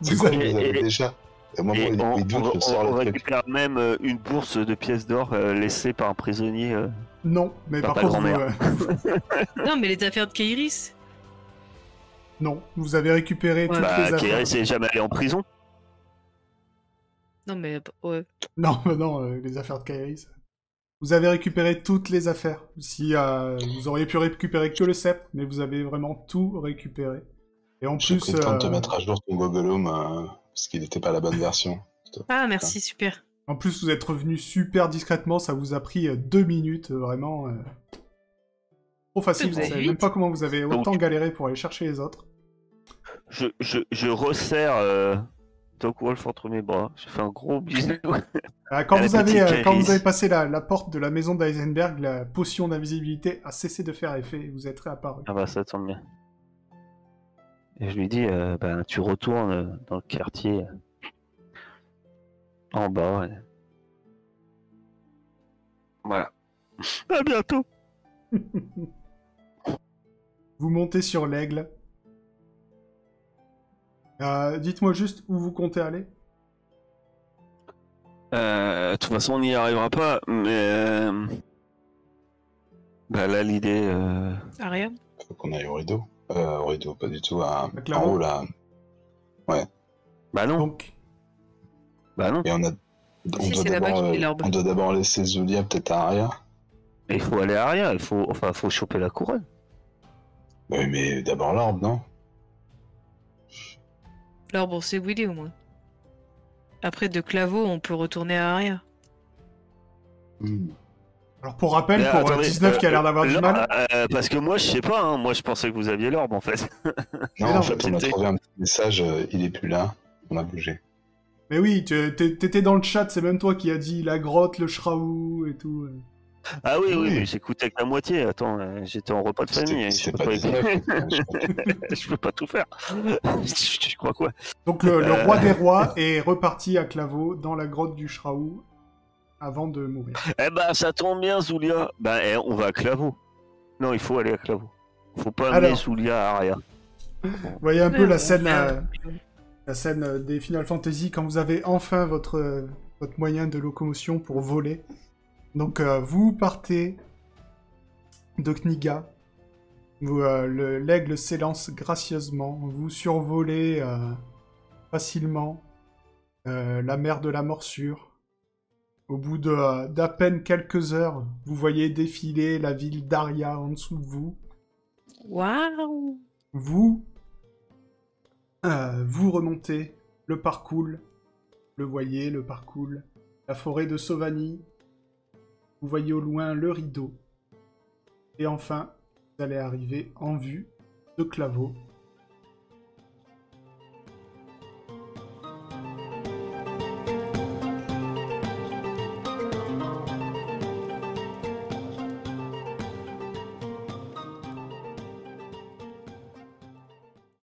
S2: C'est
S1: Vous
S2: quoi,
S1: avez...
S2: je les
S4: Et-
S2: avais
S4: et-
S2: déjà Au moment
S4: Et
S2: où
S4: on,
S2: il doute,
S4: on-
S2: je sors
S4: on
S2: le truc.
S4: récupère même euh, une bourse de pièces d'or euh, laissée par un prisonnier. euh.
S1: Non, mais
S4: Bah,
S1: par
S4: ta
S1: contre, vous,
S4: grand-mère.
S1: euh,
S6: Non, mais les affaires de Kairis.
S1: non, vous avez récupéré toutes les
S4: Bah, qui est
S1: affaires.
S4: resté jamais allé en prison.
S6: Non, mais ouais.
S1: Non, bah non, euh, les affaires de Kairis. Vous avez récupéré toutes les affaires. Si euh, vous auriez pu récupérer que le sceptre, mais vous avez vraiment tout récupéré. Et en
S2: J'ai
S1: plus,
S2: pris le temps de te
S1: euh,
S2: mettre à jour ton gogolome euh, parce qu'il n'était pas la bonne version.
S6: Ah, merci, super.
S1: en plus, vous êtes revenu super discrètement. Ça vous a pris euh, deux minutes, euh, vraiment. euh, Trop facile.
S6: Vous
S1: Vous
S6: avez
S1: savez
S6: vite.
S1: même pas comment vous avez
S4: Donc-
S1: autant galéré pour aller chercher les autres.
S4: Je, je, je resserre euh, Doc Wolf entre mes bras. Je fais un gros bisou.
S1: Euh, quand,
S4: Elle
S1: vous
S4: est
S1: avez,
S4: petite,
S1: euh, quand
S4: Kairis.
S1: vous avez passé la, la porte de la maison d'Eisenberg, la potion d'invisibilité a cessé de faire effet et vous êtes réapparu.
S4: Ah bah ça tombe bien. Et je lui dis, euh, ben, tu retournes euh, dans le quartier euh, en bas. ouais. Voilà. À bientôt.
S1: Vous montez sur l'aigle. Euh, Dites-moi juste où vous comptez aller.
S4: Euh, de toute façon, on n'y arrivera pas, mais... euh, Bah là, l'idée... euh,
S6: Ariane
S2: Faut qu'on aille au rideau. Euh, au rideau, pas du tout. À...
S1: À Clermont.
S2: En haut, là.
S4: Bah non,
S1: Donc,
S4: bah non.
S2: Et on a. On
S6: Si,
S2: doit
S6: c'est là-bas
S2: d'abord,
S6: qu'il y a
S2: euh,
S6: l'orbe.
S2: on doit d'abord laisser Zulia peut-être à Aria.
S4: Il faut aller à rien, il faut... Enfin, faut choper la couronne.
S2: Bah Oui, mais d'abord l'orbe, non
S6: Alors bon, c'est Willy au moins. Après, de Claveau, on peut retourner à Aria.
S1: Hmm. alors pour rappel,
S4: Mais
S1: pour euh,
S4: attendez,
S1: 19 qui a l'air
S4: euh,
S1: d'avoir du
S4: l'or-
S1: mal,
S4: euh, parce que moi, je sais pas, hein, moi je pensais que vous aviez l'orbe en fait.
S2: Non,
S1: Mais non,
S2: en fait, on a
S4: c'était-
S2: trouvé un petit message, euh, il est plus là, on a bougé.
S1: mais oui, tu- t'é- t'étais dans le chat, c'est même toi qui a dit la grotte, le shraou et tout. euh.
S4: Ah oui, oui,
S2: Oui.
S4: mais j'écoutais que la moitié. Attends, euh, j'étais en repas de
S2: C'était-
S4: famille. Je
S2: C'était
S4: peux
S2: pas
S4: pas,
S2: 19. je crois.
S4: je peux pas tout faire. je, je crois quoi
S1: Donc le, le
S4: Euh.
S1: roi des rois est reparti à Claveau dans la grotte du shraou avant de mourir.
S4: Eh ben, ça tombe bien, Zulia. Ben, eh, on va à Claveau. Non, il faut aller à Claveau. Faut pas amener
S1: Alors.
S4: Zulia à Aria.
S1: Vous voyez un peu la scène,
S6: Euh,
S1: euh, la scène euh, des Final Fantasy quand vous avez enfin votre, euh, votre moyen de locomotion pour voler. Donc euh, vous partez de Kniga. Vous, euh, le- L'aigle s'élance gracieusement. Vous survolez euh, facilement euh, la mer de la morsure. Au bout de, euh, d'à peine quelques heures, vous voyez défiler la ville d'Aria en dessous de vous
S6: Waouh
S1: vous euh, vous remontez le parcours, le voyez, le parcours, la forêt de Sauvigny, vous voyez au loin le rideau, et enfin vous allez arriver en vue de Claveau,